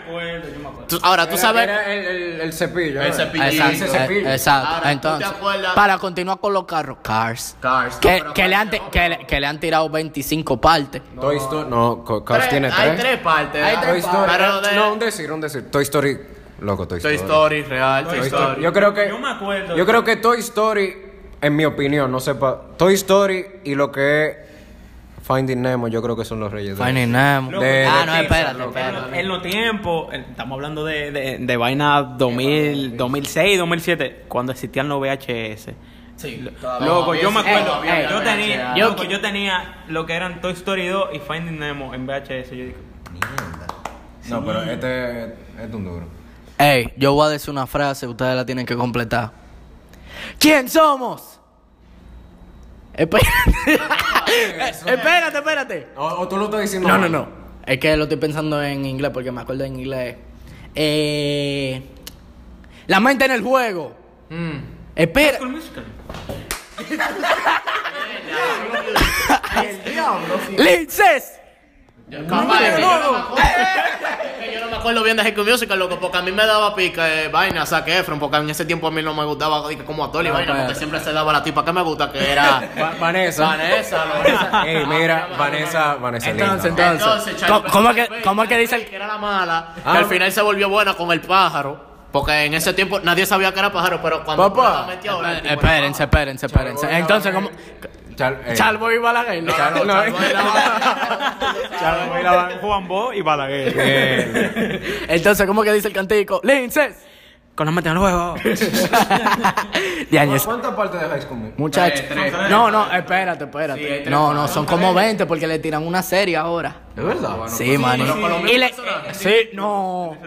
Tú- Ahora, tú sabes.
Era el, el- el cepillo.
El
¿no?
cepillo.
Exacto,
Ese
cepillo.
eh, exacto.
Ahora, ¿tú te
Entonces,
acuerdas?
para continuar con los carros, Cars.
Cars. No,
Que,
pero
que le
Cars
han, ti- que, le, que le han tirado 25 partes.
Toy Story. No, Co- Cars
Tres-
tiene
Hay tres partes.
Hay
Ah, Toy
tres
Story.
Pero de-
No, un decir, un decir. Toy Story. Loco, Toy
Toy
Story.
Story, real, Toy
Toy
Story.
Story. Yo creo que.
Yo me acuerdo.
Yo creo que Toy Story, en mi opinión, no sepa. Toy Story y lo que es Finding Nemo, yo creo que son los reyes. de-
Finding Nemo.
Loco, De-
ah, no,
de-
espérate,
loco.
espérate.
En los tiempos, en- estamos hablando de, de, de vaina 2000, 2006, 2007, cuando existían los VHS.
Sí.
Loco, yo me
todavía
acuerdo,
había
yo
VHS.
tenía,
Yo
loco, yo tenía lo que eran Toy Story 2 y Finding Nemo en VHS. Yo dije,
No, pero este este es un duro.
Ey, yo voy a decir una frase, ustedes la tienen que completar. ¿Quién somos? Espérate. espérate, espérate.
O, o tú lo estás diciendo.
No, no,
mal.
no. Es que lo estoy pensando en inglés porque me acuerdo en inglés. Eh, la mente en el juego.
Mm.
Espera.
School Musical.
Linces.
Papá, es que yo no me acuerdo- es que yo no me acuerdo bien de High School Musical, loco, porque a mí me daba pica eh, vaina, Zac Efron, porque en ese tiempo a mí no me gustaba dije, como actor y
No,
vaina, porque
espérate.
siempre se daba la tipa que me gusta, que era
Va- Vanessa.
Vanessa, loco.
Ey, mira, Vanessa, Vanessa.
Entonces,
linda.
entonces.
Charlie
¿Cómo- cómo es que-
Baker,
cómo es que
Charlie
dice el-
Baker era la mala, que
Ah.
al final se volvió buena con el pájaro, porque en ese tiempo nadie sabía que era pájaro, pero cuando
Papá.
la metió ahora, el tipo era
Espérense, espérense, espérense. Entonces, ¿cómo?
Chal- ey.
Chalvo y Balaguer.
Chal- no,
Chavo, Balaguer, Juan Bo y Balaguer.
eh,
Entonces, ¿cómo que dice el cantico? Linces.
Con la meta en el juego.
De años.
¿Cuántas partes de High School Musical?
Muchachos.
Tres, tres.
No, no, espérate,
Sí, hay
espérate.
tres.
No, no, son como 20 porque le tiran una serie ahora.
¿De verdad?
Sí, mani.
pero con los mismos
Y le-
personajes.
sí, no.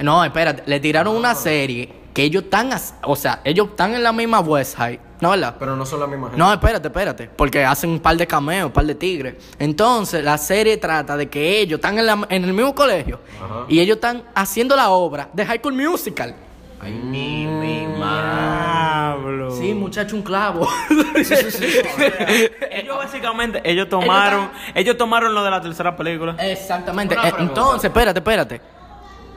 No, espérate. Le tiraron una serie que ellos están, as- o sea, ellos están en la misma West High, ¿no verdad?
Pero no son la misma gente.
No, espérate, espérate. Porque hacen un par de cameos, un par de tigres. Entonces, la serie trata de que ellos están en, la- en el mismo colegio y ellos están haciendo la obra de High School Musical.
Ay, mi, mi madre.
Pablo.
Sí, muchacho, un clavo.
Ellos básicamente, Eh, ah. ellos tomaron, ellos tomaron lo de la tercera película.
Exactamente.
Una
Eh,
pregunta.
Entonces, espérate, espérate.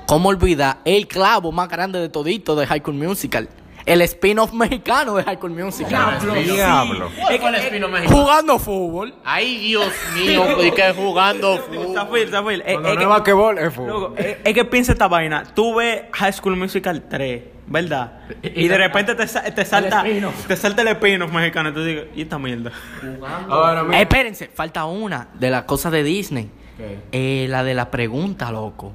¿Cómo olvidar el clavo más grande de todito de High School Musical? El spin-off mexicano de High School Musical.
Diablo.
Eh,
¿Cuál fue el espino mexicano?
Jugando fútbol.
Ay, Dios mío, y que jugando fútbol.
Zafir, Zafir, eh,
Cuando
eh,
no
que-
es basquetbol, es fútbol.
Loco, es, es que piensa esta vaina. Tú ves High School Musical 3, ¿verdad? Y de repente te, sa- te salta
El spin-off.
te salta el espino mexicano. Y tú dices, ¿y esta mierda?
Ahora
Eh,
mira.
espérense, falta una de las cosas de Disney. Eh, la de la pregunta, loco.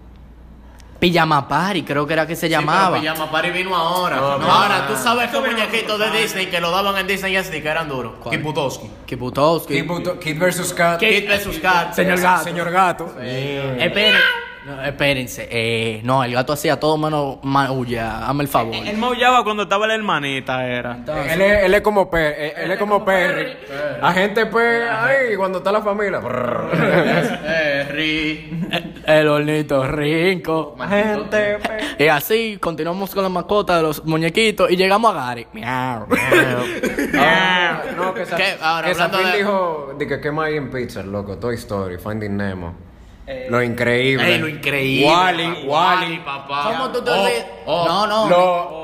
Pijama Party, creo que era que se llamaba.
Sí, pero Pijama Party vino ahora.
No, no.
ahora, tú sabes que muñequitos de Disney que lo daban en Disney SD que eran duros. Kiputowski.
Kiputowski.
Kid Buto- Kid versus Cat.
Kid vs. Kat.
Señor Gato.
Señor Gato.
Esperen- no, espérense. Eh, no, el gato hacía todo menos maulla. Hazme el favor.
Eh,
Él maullaba cuando estaba la hermanita, era.
Él es, él es como Perry, él, él es como Perry. Agente Perry, pues, ay, cuando está la familia. Brrr.
Perry.
Eh, El hornito rico.
Gente,
Y así continuamos con la mascota de los muñequitos y llegamos a Gary. Miau.
Ah, no, que Sa-
¿Qué? Ahora,
que
hablando
Safin
de-
dijo de que quema ahí en pizza, loco, Toy Story, Finding Nemo. lo increíble.
Eh, Ey, lo increíble.
Wally,
papá.
Wally.
papá.
¿Cómo tú te
Oh,
ríes?
oh.
No, no.
Lo-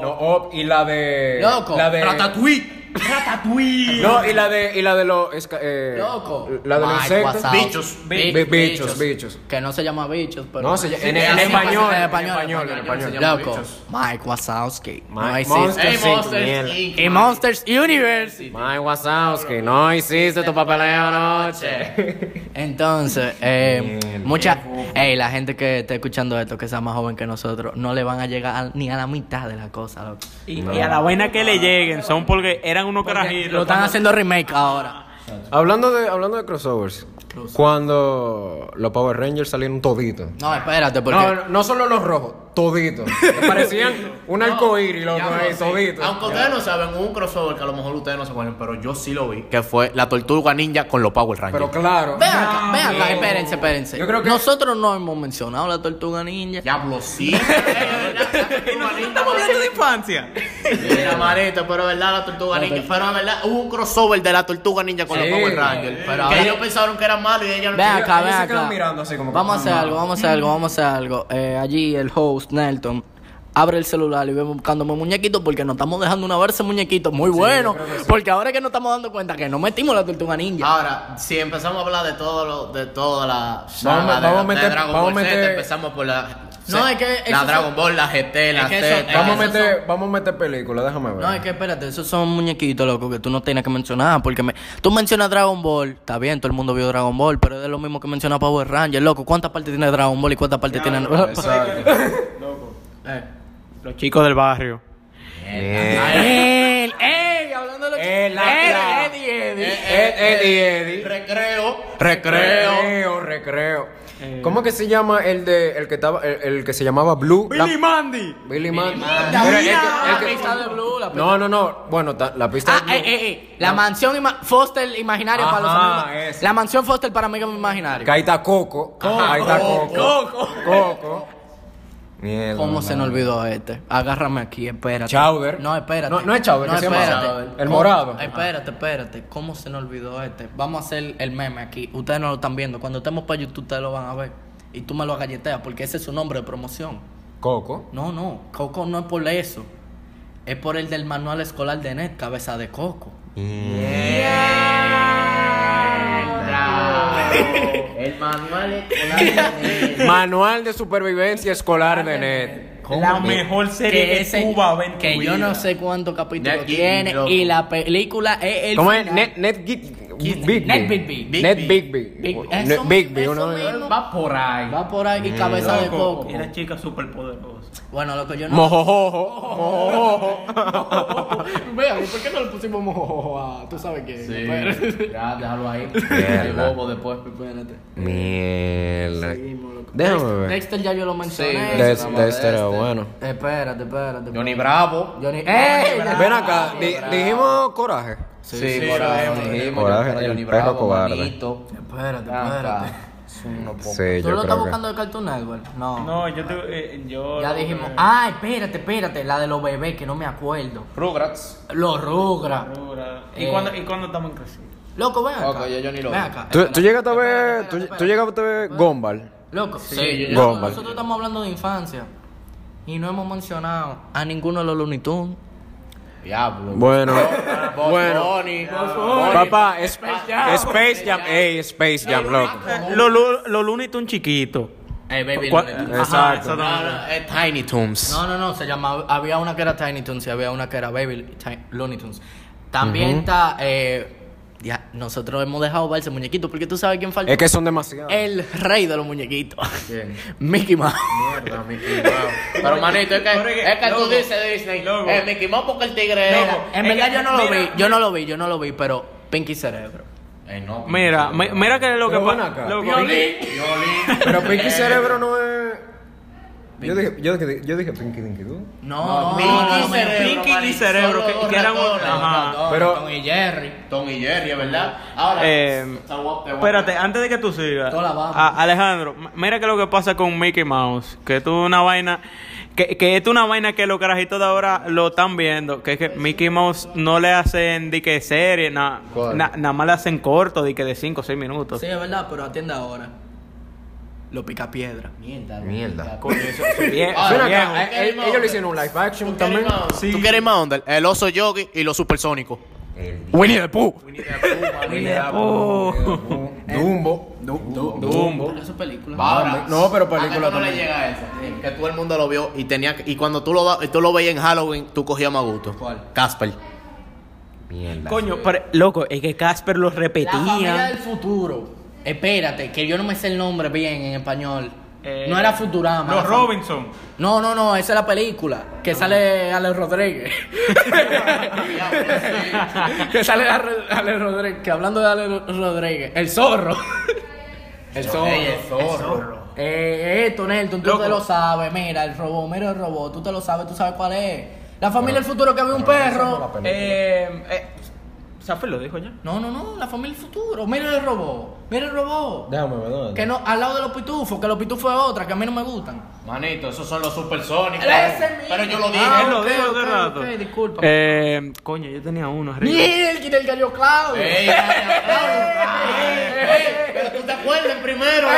no, oh, y la de
Loco,
la de
Ratatouille. Ratatouille.
No, y la de y la de los esca- eh,
Loco.
La de los
Mike
insectos.
Wazowski.
Bichos.
Bi-
Bi- bichos, bichos.
Que no se llama bichos, pero.
No, se llama- en-
Sí,
en
así
español,
pasa-
en español, en español.
Se llama
Loco,
bichos.
Mike Wazowski. no
Mike
existe.
Monster.
Ey,
Sí,
Monsters
mierda.
Inc.
Y Monsters Universe.
Mike Wazowski, no hiciste tu papeleo anoche.
Entonces, eh,
Bien,
mucha. Ey, la gente que está escuchando esto, que sea más joven que nosotros, no le van a llegar ni a la mitad de la cosa, loco.
Y, y a la vaina que le lleguen son porque eran unos carajitos.
Lo están haciendo remake ahora.
hablando de hablando de crossovers. Cuando los Power Rangers salieron toditos.
No, espérate, porque.
No, no, no solo los rojos, Todito. Que Parecían un arcoíris, loco,
Ya,
ahí,
sí.
todito.
Aunque ustedes no saben, hubo un crossover que a lo mejor ustedes no se acuerdan, pero yo sí lo vi. Que fue la tortuga ninja con los Power Rangers.
Pero claro.
Vean acá, vean acá, espérense, espérense.
Yo creo que-
Nosotros no hemos mencionado la tortuga ninja.
Diablo, sí. Estamos
Estamos hablando de infancia.
Mira, manito, pero verdad, la tortuga ninja. Pero verdad, hubo un crossover de la tortuga ninja con
Sí.
los Power Rangers.
Pero
que
ahora-
ellos pensaron que eran malos y ellos no
Vean acá,
ellos se
vean
quedan
acá.
mirando así como que,
vamos a hacer
"Ah,
algo, vamos a hacer algo, vamos a hacer algo. Eh, allí el host, Nelton, abre el celular y ve buscándome muñequitos porque nos estamos dejando una verse muñequitos muy buenos. Porque ahora es que nos estamos dando cuenta que no metimos la tortuga
Ah,
ninja.
Ahora, si empezamos a hablar de todo lo, de toda la
Vamos-
saga de,
vamos a
de
meter-
Dragon
vamos a
Ball Z,
meter-
empezamos por la
No,
se-
es que
la
eso
Dragon
son-
Ball, la GT, la
que eso-
Z.
Vamos a
Esos
meter, vamos a meter películas, déjame ver.
No, es que espérate, esos son muñequitos, loco, que tú no tienes que mencionar. Porque me- tú mencionas Dragon Ball, está bien, todo el mundo vio Dragon Ball, pero es de lo mismo que menciona Power Ranger, loco. ¿Cuántas partes tiene Dragon Ball y cuántas partes tiene.?
Exacto.
Los chicos del barrio.
Él, ey, hablando de los
Él, la-
Él,
la-
Eddie, Eddie.
eh, Eddie, Eddie.
Recreo,
Recreo, recreo. ¿Cómo que se llama el de el que estaba el, el que se llamaba Blue? La-
Billy Mandy.
Billy Man.
Mira,
Mira, el que- el
la
que-
pista de Blue, la pista-
No, no, no. Bueno, ta- la pista
Ah,
de Blue.
eh, eh, eh, La mansión ima- Foster imaginaria para los
Ajá,
amigos.
esa.
La mansión Foster para amigos imaginarios.
Que ahí está Coco. Ahí está Coco. Coco. Mierda.
¿Cómo se nos olvidó este? Agárrame aquí, espérate.
Chowder.
No, espérate.
No, no es Chowder,
No,
que se llama
espérate.
Chowder. El
¿Cómo?
morado.
Espérate, espérate. ¿Cómo se nos olvidó este? Vamos a hacer el meme aquí. Ustedes no lo están viendo. Cuando estemos para YouTube, ustedes lo van a ver. Y tú me lo galleteas porque ese es su nombre de promoción.
Coco.
No, no. Coco no es por eso. Es por el del manual escolar de NET, cabeza de coco.
El manual escolar de-
Manual de supervivencia escolar de Ned.
La mejor serie que,
ese-
tú vas a ver en tu
Que yo
vida.
no sé cuántos capítulos
Ned Gein,
tiene.
loco.
Y la película es el.
¿Cómo es?
final.
Ned Ned Gig-
Kid-
Bigby.
Ned Bigby.
Ned Bigby.
Big-
Ned
eso-
Bigby,
eso
uno de-
mismo.
Va por ahí.
Va por ahí, cabeza de coco.
Era chica súper poderosa.
Bueno, lo que yo no.
Mojojojo. Mojojojo.
Vean, ¿por qué no le pusimos mojojojo a tú sabes qué? Espérate.
Ya, déjalo ahí.
Mierda.
El bobo después.
Espérate.
Mierda.
Seguimos, loco.
Déjame
Dexter-
ver.
Dexter ya yo lo mencioné.
Sí,
Des-
Dexter.
Dexter era bueno.
Espérate, espérate.
Johnny
espérate.
Bravo.
Johnny.
¡eh!
¡Ey!
Ven acá, di- dijimos coraje.
Sí, coraje. dijimos,
Coraje,
Johnny
el perro
Bravo,
cobarde.
Manito.
Espérate, espérate.
Acá. Es uno poco.
Sí,
¿Tú
yo
lo estás
creo que.
buscando de Cartoon Network? No.
No, yo te. eh, yo
Ya dijimos. Ah, espérate, espérate. La de los bebés, que no me acuerdo.
Rugrats.
Los Rugra.
¿Y,
Eh.
cuándo, ¿Y cuándo estamos en crecimiento?
Loco, ven acá.
Ok, ya yo ni lo
Ven
vi.
acá.
Tú,
Espérate,
tú llegaste a
espérate,
ver,
espérate,
tú,
espérate.
tú llegaste a ver Gombal.
Loco, sí,
yo-
loco,
Gombal.
nosotros estamos hablando de infancia y no hemos mencionado a ninguno de los Looney Tunes.
Diablo.
Bueno, bueno.
Bonnie.
Papá, es- Space Jam, ey, Space Jam, loco.
Los Looney Tunes chiquitos.
Hey, baby.
¿Cuál-
Looney Tunes.
Ajá,
Exacto.
eso
No,
también.
no, es Tiny Toons.
No, no, no, se llamaba, había una que era Tiny Tunes y había una que era Baby Ti- Looney Tunes. También está, eh, ya, nosotros hemos dejado verse muñequitos porque tú sabes quién falta.
Es que son demasiados.
El rey de los muñequitos, Mickey Mouse.
Mierda, Mickey Mouse. Pero manito, es
Pero es
que,
que-
es que tú
loco.
dices Disney.
Loco.
Eh, Mickey Mouse porque el tigre
Loco.
era.
En
Es
verdad
que-
yo no lo
mira.
vi, yo no lo vi, yo no lo vi, pero Pinky Cerebro.
Eh, no.
Mira, mi- mira que lo que
Pero ven
pa-
acá.
loco.
Pero
eh,
Pinky Cerebro no es. Yo dije, yo dije, yo dije Pinky Dinky Doo.
No, no,
Pinky
no, no, me-
Cerebro,
Pinky y
manito,
Cerebro,
solo
que-
dos
que eran un-
ratones,
ajá.
ratones,
Pero-
Tom y Jerry. Tom y Jerry, es ¿verdad? Ahora.
Eh,
te voy- te voy-
Espérate, antes de que tú sigas,
Toda la baja.
a- Alejandro, m- mira que lo que pasa con Mickey Mouse, que esto es una vaina, que, que esto es una vaina que los carajitos de ahora lo están viendo, que es que Mickey Mouse no le hacen di que serie, na- na-
¿Cuál?
nada más le hacen corto, di que de 5 o 6 minutos.
Sí, es verdad, pero atiende ahora. Lo pica piedra.
Mierda.
Mierda.
Coño, eso-
Bien,
Ah,
Ven
bien.
acá,
viejo.
eh, eh, ellos le hicieron un live action también.
¿Tú quieres más onda? El oso yogi y los supersónicos.
Winnie the Pooh.
Winnie the Pooh.
Eh, Dumbo. Dumbo.
Pero eso es película.
Ahora,
no, pero
¿a qué
película
tú no le
también.
llega a eso? Que todo el mundo lo vio y tenía que- y cuando tú lo, va- tú lo veías en Halloween, tú cogías más gusto.
¿Cuál?
Casper.
Coño, pero, loco, es que Casper los
La familia
repetía.
del futuro. Espérate, que yo no me sé el nombre bien en español.
Eh,
no era Futurama.
Los
La fam-
Robinson.
No, no, no, esa es la película. Que sale Alex Rodríguez. que sale Ale- Alex Rodríguez. Que hablando de Alex Rodríguez, el zorro. El zorro.
zorro.
Eh, esto, Nelton, tú
Loco.
te lo sabes. Mira, el robot, mira el robot, tú te lo sabes, tú sabes cuál es. La familia del futuro que ve un perro.
Eh, eh, Safir lo dijo ya.
No, no, no, la familia del futuro. Mira el robot, mira el robot.
Déjame ver, ¿dónde?
Que no, al lado de los pitufos, que los pitufos es otra, que a mí no me gustan.
Manito, esos son los supersónicos.
Ese mismo.
Pero yo lo dije.
Ah,
Él lo
ok,
dijo hace
ok,
rato.
ok, disculpa.
Eh, coño, yo tenía uno arriba.
Mierda, el que dio Claudio.
Ey, no, no, no. Ey, pero tú te acuerdas primero de lo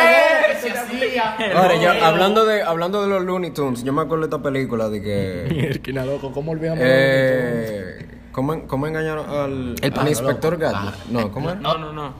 que se hacía.
Ahora, ya, hablando, de, hablando de los Looney Tunes, yo me acuerdo de esta película de que.
Mierda, loco, ¿cómo olvidamos?
eh, ¿cómo, en- cómo engañaron al,
El
al
pájaro,
inspector Gadget? No, ¿cómo era?
No, no, no.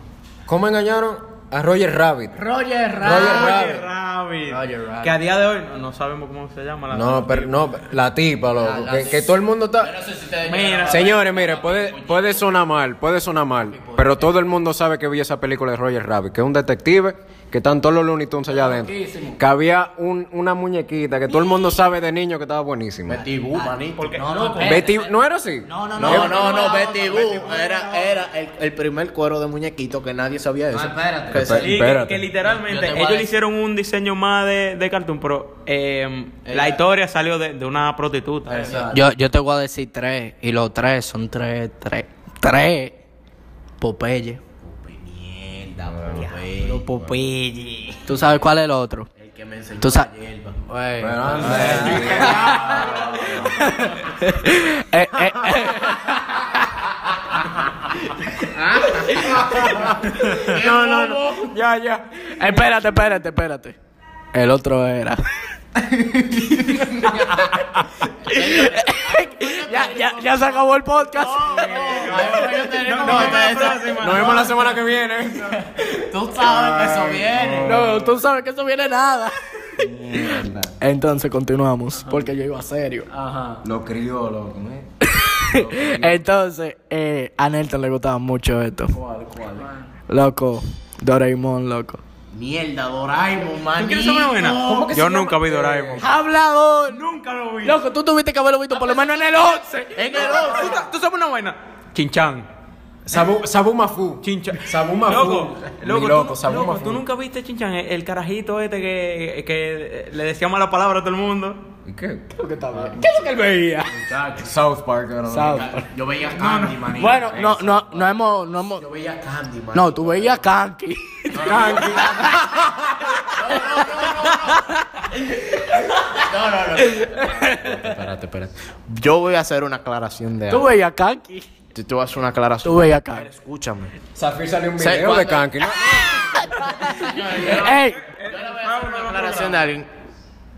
¿Cómo engañaron a Roger Rabbit?
Roger
Roger
Rabbit.
Rabbit.
Rabbit.
Roger Rabbit.
Que a día de hoy no, no sabemos cómo se llama la
No, pero no, la tipa, loco. que, que todo el mundo está.
No sé si ustedes
Mira.
Señores, mire, puede, puede sonar mal, puede sonar mal, pero todo el mundo sabe que vi esa película de Roger Rabbit, que es un detective, que están todos los Looney Tunes allá adentro, que había un- una muñequita que todo el mundo sabe de niño que estaba buenísima.
Betty Boo, manito.
Porque-
no, no,
Betty, ¿no era así?
No, no,
no, no, no,
no,
Betty
no, Betty Boo,
Boo era, era el, el primer cuero de muñequito que nadie sabía eso.
espérate.
Que se-
Y que,
Espérate.
que
Yo
literalmente
te voy a
ellos le
decir-
hicieron un diseño más de, de cartoon, pero eh, la historia salió de, de una prostituta.
Yo, yo te voy a decir tres, y los tres son tres, tres, tres. Popeye.
Pero Popeye.
¿Tú sabes cuál es el otro?
El que me enseñó
Tú
la
sa-
hierba.
Wey.
Pero
Ah,
anda.
Eh, eh, eh.
No, no, no. Ya, ya.
Espérate, espérate, espérate. El otro era. ya, ya, ya se acabó el podcast.
No,
como
no,
que
no,
esa-
próxima.
Nos vemos la semana que viene.
Tú sabes que eso viene.
No, tú sabes que eso viene nada. Entonces continuamos, porque yo iba serio.
Lo crió, loco. ¿no?
Entonces, eh, a Nelton le gustaba mucho esto. Loco, Doraemon, loco.
Mierda, Doraemon, manito.
¿Tú quieres saber una buena? Yo nunca vi Doraemon.
Hablador.
Nunca lo vi.
Loco, tú tuviste que haberlo visto por lo menos en el 11.
En el otro.
¿Tú, sa- tú sabes una buena? Chinchan.
Sabu, Sabu Mafu.
Chinchan.
Sabu Mafu.
Loco,
Mi
loco,
loco,
tú,
Sabu
loco,
Mafu.
¿tú nunca viste Chinchan, el, el carajito este que, que le decía mala palabra a todo el mundo.
¿Y qué?
¿Qué es lo que él veía?
South Park. era lo
South
mismo.
Park.
Yo veía Candy, manito.
Bueno, no, no, no hemos, no hemos.
Yo veía Candy, manito.
No, tú veías Kanki.
No, no, no. Espérate, espérate. Yo voy a hacer una aclaración de
Tú
algo.
veías Kanki.
Tú, tú vas a hacer una aclaración.
Tú veías Kanki.
Escúchame.
Safir salió un
Se-
video de
cuando-
Kanki, ¿no?
Ey,
Aclaración de alguien.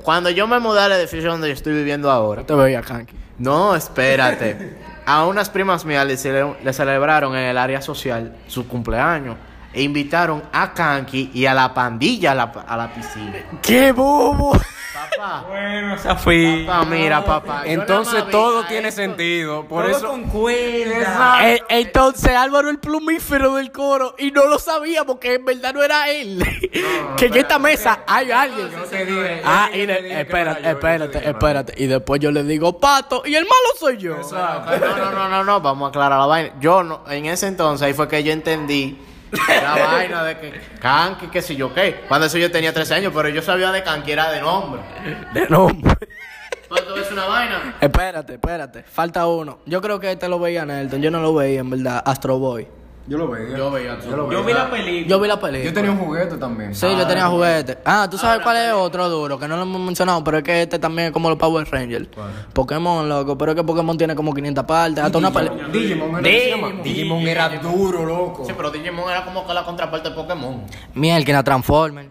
Cuando yo me mudé al edificio donde yo estoy viviendo ahora.
te veías Kanki.
No, espérate. A unas primas mías le, cele- le celebraron en el área social su cumpleaños. E invitaron a Kanki y a la pandilla a la, a la piscina.
¡Qué bobo!
Papá,
Bueno, Safi.
papá, mira, papá. yo nada
Entonces
más vi
todo
a
tiene
esos-
sentido. Por
Todo
eso.
con cuerda.
Eh, entonces Álvaro el plumífero del coro y no lo sabía porque en verdad no era él. que en esta mesa hay alguien.
te dije,
Ah,
yo
y
te
de-
dije que
espérate,
era yo, yo te
espérate,
dije,
espérate. Y después yo le digo pato y el malo soy yo.
No, no, no, no, no, vamos a aclarar la vaina. Yo no, en ese entonces ahí fue que yo entendí la vaina de que Kanki, qué sé yo qué. Cuando eso yo tenía 13 años, pero yo sabía de Kanki era de nombre.
De nombre.
Entonces todo es una vaina.
Espérate, espérate. Falta uno. Yo creo que este lo veía Nelton. Yo no lo veía, en verdad. Astro Boy.
Yo lo veía.
Yo veía
Yo lo
Yo vi la película.
Yo vi la película.
Yo tenía un juguete también.
Sí, yo tenía juguete. Ah, tú sabes cuál es otro duro, que no lo hemos mencionado, pero es que este también es como los Power Rangers. Pokémon, loco, pero es que Pokémon tiene como 500 partes. Hasta una pelea.
Digimon era que se llama. Digimon era duro, loco.
Sí, pero Digimon era como que la contraparte de Pokémon.
Miel, que la Transformer.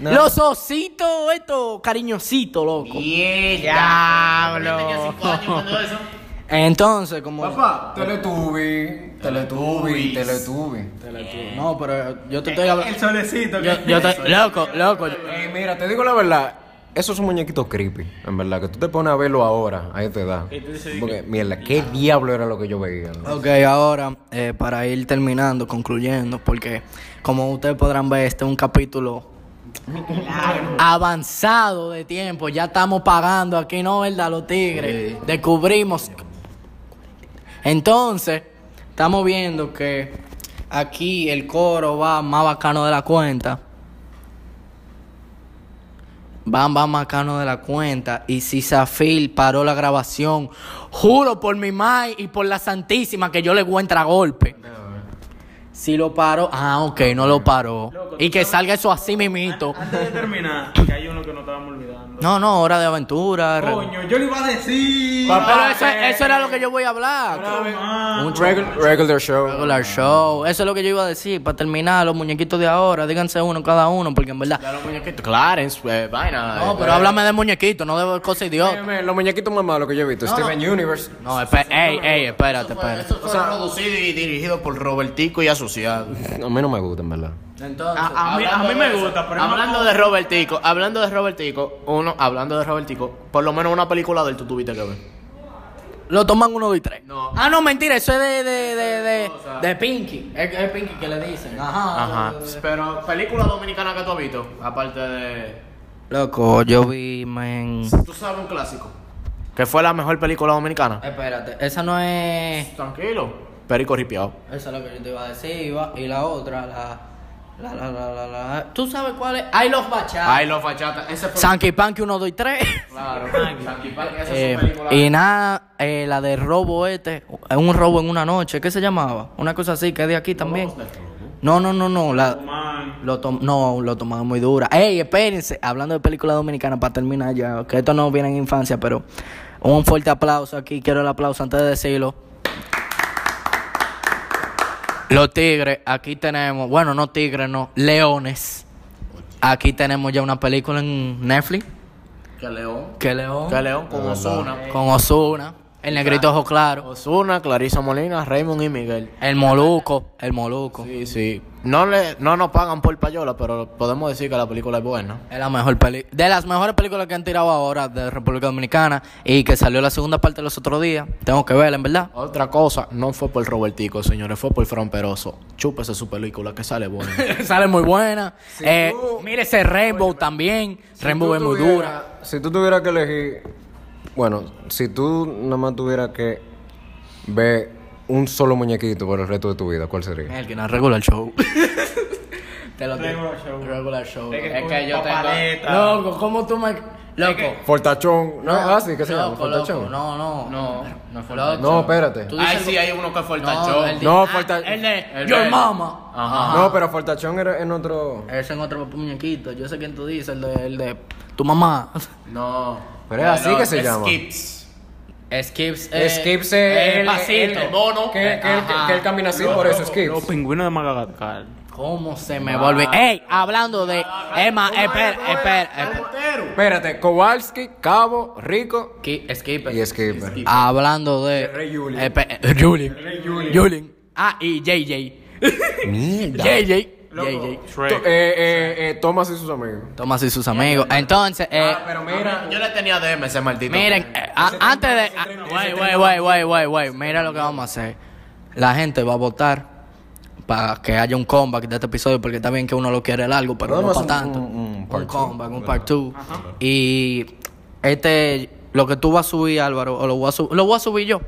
Los ositos, estos cariñositos, loco.
¡Diablo! Yo tenía 5 años cuando eso.
Entonces, como.
Papá, Teletubby, Teletubby, Teletubby.
No, pero yo te estoy hablando.
El solecito.
Yo, yo te- Loco, loco.
Ey, mira, te digo la verdad. Eso es un muñequito creepy, en verdad, que tú te pones a verlo ahora, ahí te da. Porque, mierda, ¿qué Ah. diablo era lo que yo veía? loco?
Ok, ahora, eh, para ir terminando, concluyendo, porque como ustedes podrán ver, este es un capítulo avanzado de tiempo. Ya estamos pagando aquí, ¿no? ¿Verdad? Los tigres. Descubrimos. Entonces, estamos viendo que aquí el coro va más bacano de la cuenta. Van Van Macano de la cuenta y si Zafil paró la grabación, juro por mi mai y por la Santísima que yo le voy a entrar a golpe. Si lo paró, ah, ok, no lo paró.
Loco, tú
Y que salga eso así mimito.
Antes de terminar, que hay uno que no estábamos olvidando.
No, no, hora de aventura. re-
Coño, yo le iba a decir. Ah,
Pero eso, eso era lo que yo voy a hablar. Un
Regular, regular show.
regular show. Eso es lo que yo iba a decir. Para terminar, los muñequitos de ahora, díganse uno cada uno, porque en verdad.
Ya los muñequitos, Clarence, eh, vaina.
No,
eh,
pero háblame de muñequitos, no de cosas
Eh,
idiotas.
man, Los muñequitos más malos que yo he visto. Steven Universe.
No, espera, ey, ey, espérate, espérate.
Esto fue producido y dirigido por Robertico y asociado.
A mí no me gustan, ¿verdad?
Entonces,
A mí, a mí me gusta, pero
hablando de Robertico, hablando de Robertico, uno, hablando de Robertico, por lo menos una película de él tú tuviste que ver.
lo toman uno de tres.
No.
Ah, no, mentira, eso es de, de, de, de, de Pinky. Es, es Pinky que le dicen. Ajá.
Ajá. Pero película dominicana que tú has visto, aparte de
Loco, yo vi, man.
tú sabes un clásico. Que fue la mejor película dominicana.
Espérate, esa no es.
Tranquilo. Perico ripiado.
Eso es lo que yo te iba a decir. iba- y la otra, la. La, la, la, la, la- ¿Tú sabes cuál es? I Love Bachata.
Ay, los fachatas. Ese fue
Sanky Panky 1, 2 y 3.
Claro. Frankie Park, esa es su película.
y nada, eh, la de robo este, eh, un robo en una noche, ¿qué se llamaba? Una cosa así, que es de aquí también. No, no, no, no, la,
Man,
lo tom- no, lo tomaba muy dura. Ey, espérense, hablando de películas dominicanas, para terminar ya, que esto no viene en infancia, pero un fuerte aplauso aquí, quiero el aplauso antes de decirlo. Los tigres, aquí tenemos, bueno, no tigres, no, leones. Aquí tenemos ya una película en Netflix,
Que León.
que león,
Que León con Osuna.
con Osuna, el negrito ojo claro,
Osuna, Clarisa Molina, Raymond y Miguel.
el moluco, el moluco.
Sí, sí. No le, no nos pagan por payola, pero podemos decir que la película es buena.
Es la mejor peli de las mejores películas que han tirado ahora de República Dominicana y que salió la segunda parte los otros días. Tengo que verla, en verdad.
Otra cosa, no fue por Robertico, señores, fue por Fran Peroso. Chúpese su película que sale buena.
Sale muy buena. Eh,
tú-
mire ese Rainbow también. Rainbow
tú
es muy
tuvieras-
dura.
Si tú tuvieras que elegir. Bueno, si tú nada más tuvieras que ver un solo muñequito por el resto de tu vida, ¿cuál sería?
El que no regula el show. Te lo digo.
regular show.
Regular show.
Es que
Es
con
que yo tengo-
papaleta.
Loco, ¿cómo tú me. Loco.
Fortachón. No, ah, sí, ¿qué se llama?
loco, loco,
Fortachón.
no, no.
No, no fue
Loco.
No, espérate.
Tú
Ay,
dices
sí, hay uno que fue el
No,
tachón.
el de-
No,
ah,
falta-
El de.
el
Your
verde.
mama.
Ajá.
No, pero Fortachón era en otro.
Ese es otro muñequito. Yo sé quién tú dices, el de, el de tu mamá.
No.
Pero es así que se llama.
Skips.
Skips. eh,
Skips es el-
pasito.
el mono.
Que, que él, que él camina así, por eso Skips.
Los pingüinos de Madagascar.
¿Cómo se me vuelve?
Ah.
¡Ey! Hablando de. Emma,
eh,
espera, espera. espera.
Espérate, Kowalski, Cabo, Rico
Ki- Skipper.
y Eh, Skipper.
eh. Hablando de.
El Rey Julien.
Espe- eh, Julien. Julien. Ah, y JJ.
Mierda.
JJ. JJ.
To- eh, eh, eh, Thomas y sus amigos.
Thomas y sus amigos. Entonces, eh,
Pero mira,
Yo le tenía DM ese maldito.
miren, eh, a- antes de. ah, Wey, wey, wey, wey, wey, wey. Mira lo que vamos a hacer. La gente va a votar para que haya un comeback de este episodio, porque está bien que uno lo quiere largo, pero no
Vamos a
para
hacer un-
tanto.
un- un
Un
part two.
comeback, un part two. Y este, lo que tú vas a subir, Álvaro, o lo voy a, sub- lo voy a subir yo.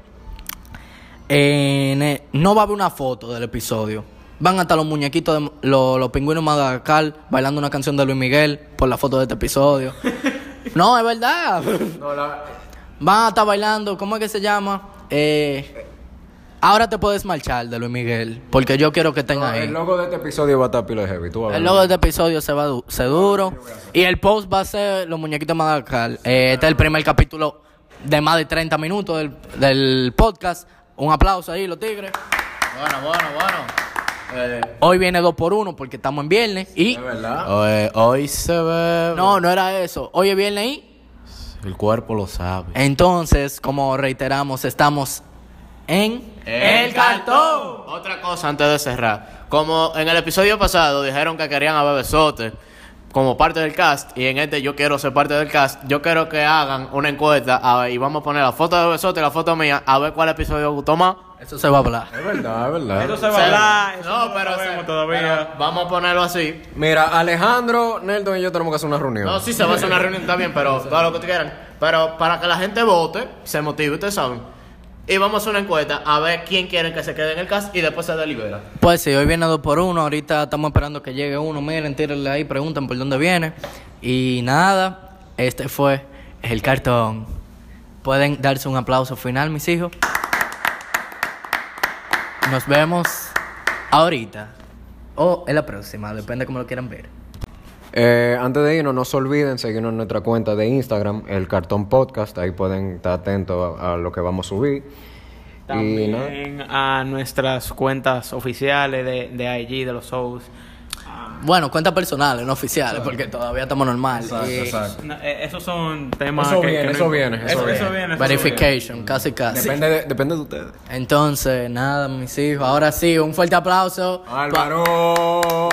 En el- no va a haber una foto del episodio. Van hasta los muñequitos, de, los, los pingüinos de Madagascar bailando una canción de Luis Miguel por la foto de este episodio. no, es verdad.
no, la-
Van a estar bailando, ¿cómo es que se llama? Eh, ahora te puedes marchar de Luis Miguel, porque yo quiero que tenga ahí.
el logo de este episodio va a estar pila de heavy. Tú vas a
El
ver.
logo de este episodio se va du- se duro. Y el post va a ser los muñequitos de Madagascar. Eh, este es el primer capítulo de más de 30 minutos del, del podcast. Un aplauso ahí, los tigres.
Bueno, bueno, bueno. Eh,
Hoy viene dos por uno porque estamos en viernes. Y.
Es verdad.
hoy, hoy se ve.
No, no era eso. Hoy es viernes y.
El cuerpo lo sabe.
Entonces, como reiteramos, estamos en.
Otra cosa antes de cerrar. Como en el episodio pasado dijeron que querían a Bebesote como parte del cast, y en este yo quiero ser parte del cast, yo quiero que hagan una encuesta a ver, y vamos a poner la foto de Bebesote y la foto mía a ver cuál episodio gustó más.
Eso se va a hablar.
Es verdad, es
Eso
verdad.
se va a hablar. eso
no,
lo
pero
sabemos
se-
todavía.
pero vamos a ponerlo así.
Mira, Alejandro, Nelton y yo tenemos que hacer una reunión.
No, sí se va a hacer una reunión también, pero todo lo que quieran. Pero para que la gente vote, se motive, ustedes saben. Y vamos a hacer una encuesta a ver quién quieren que se quede en el cast y después se delibera.
Pues sí, hoy viene dos por uno. Ahorita estamos esperando que llegue uno. Miren, tírenle ahí, pregunten por dónde viene. Y nada, este fue el cartón. Pueden darse un aplauso final, mis hijos. Nos vemos ahorita o en la próxima, depende cómo lo quieran ver.
Eh, antes de irnos, no se olviden seguirnos en nuestra cuenta de Instagram, el Cartón Podcast. Ahí pueden estar atentos a, a lo que vamos a subir. Y nada.
También a nuestras cuentas oficiales de, de IG, de los shows. Ah,
Bueno, cuentas personales, no oficiales, porque todavía estamos normal. Y-
No, eh, esos son temas
Eso
que- que
viene,
no
eso
importa.
viene, eso viene.
viene, eso
Verification, casi casi.
Depende, de, depende de ustedes.
Entonces, nada, mis hijos. Ahora sí, un fuerte aplauso. pa-
Álvaro.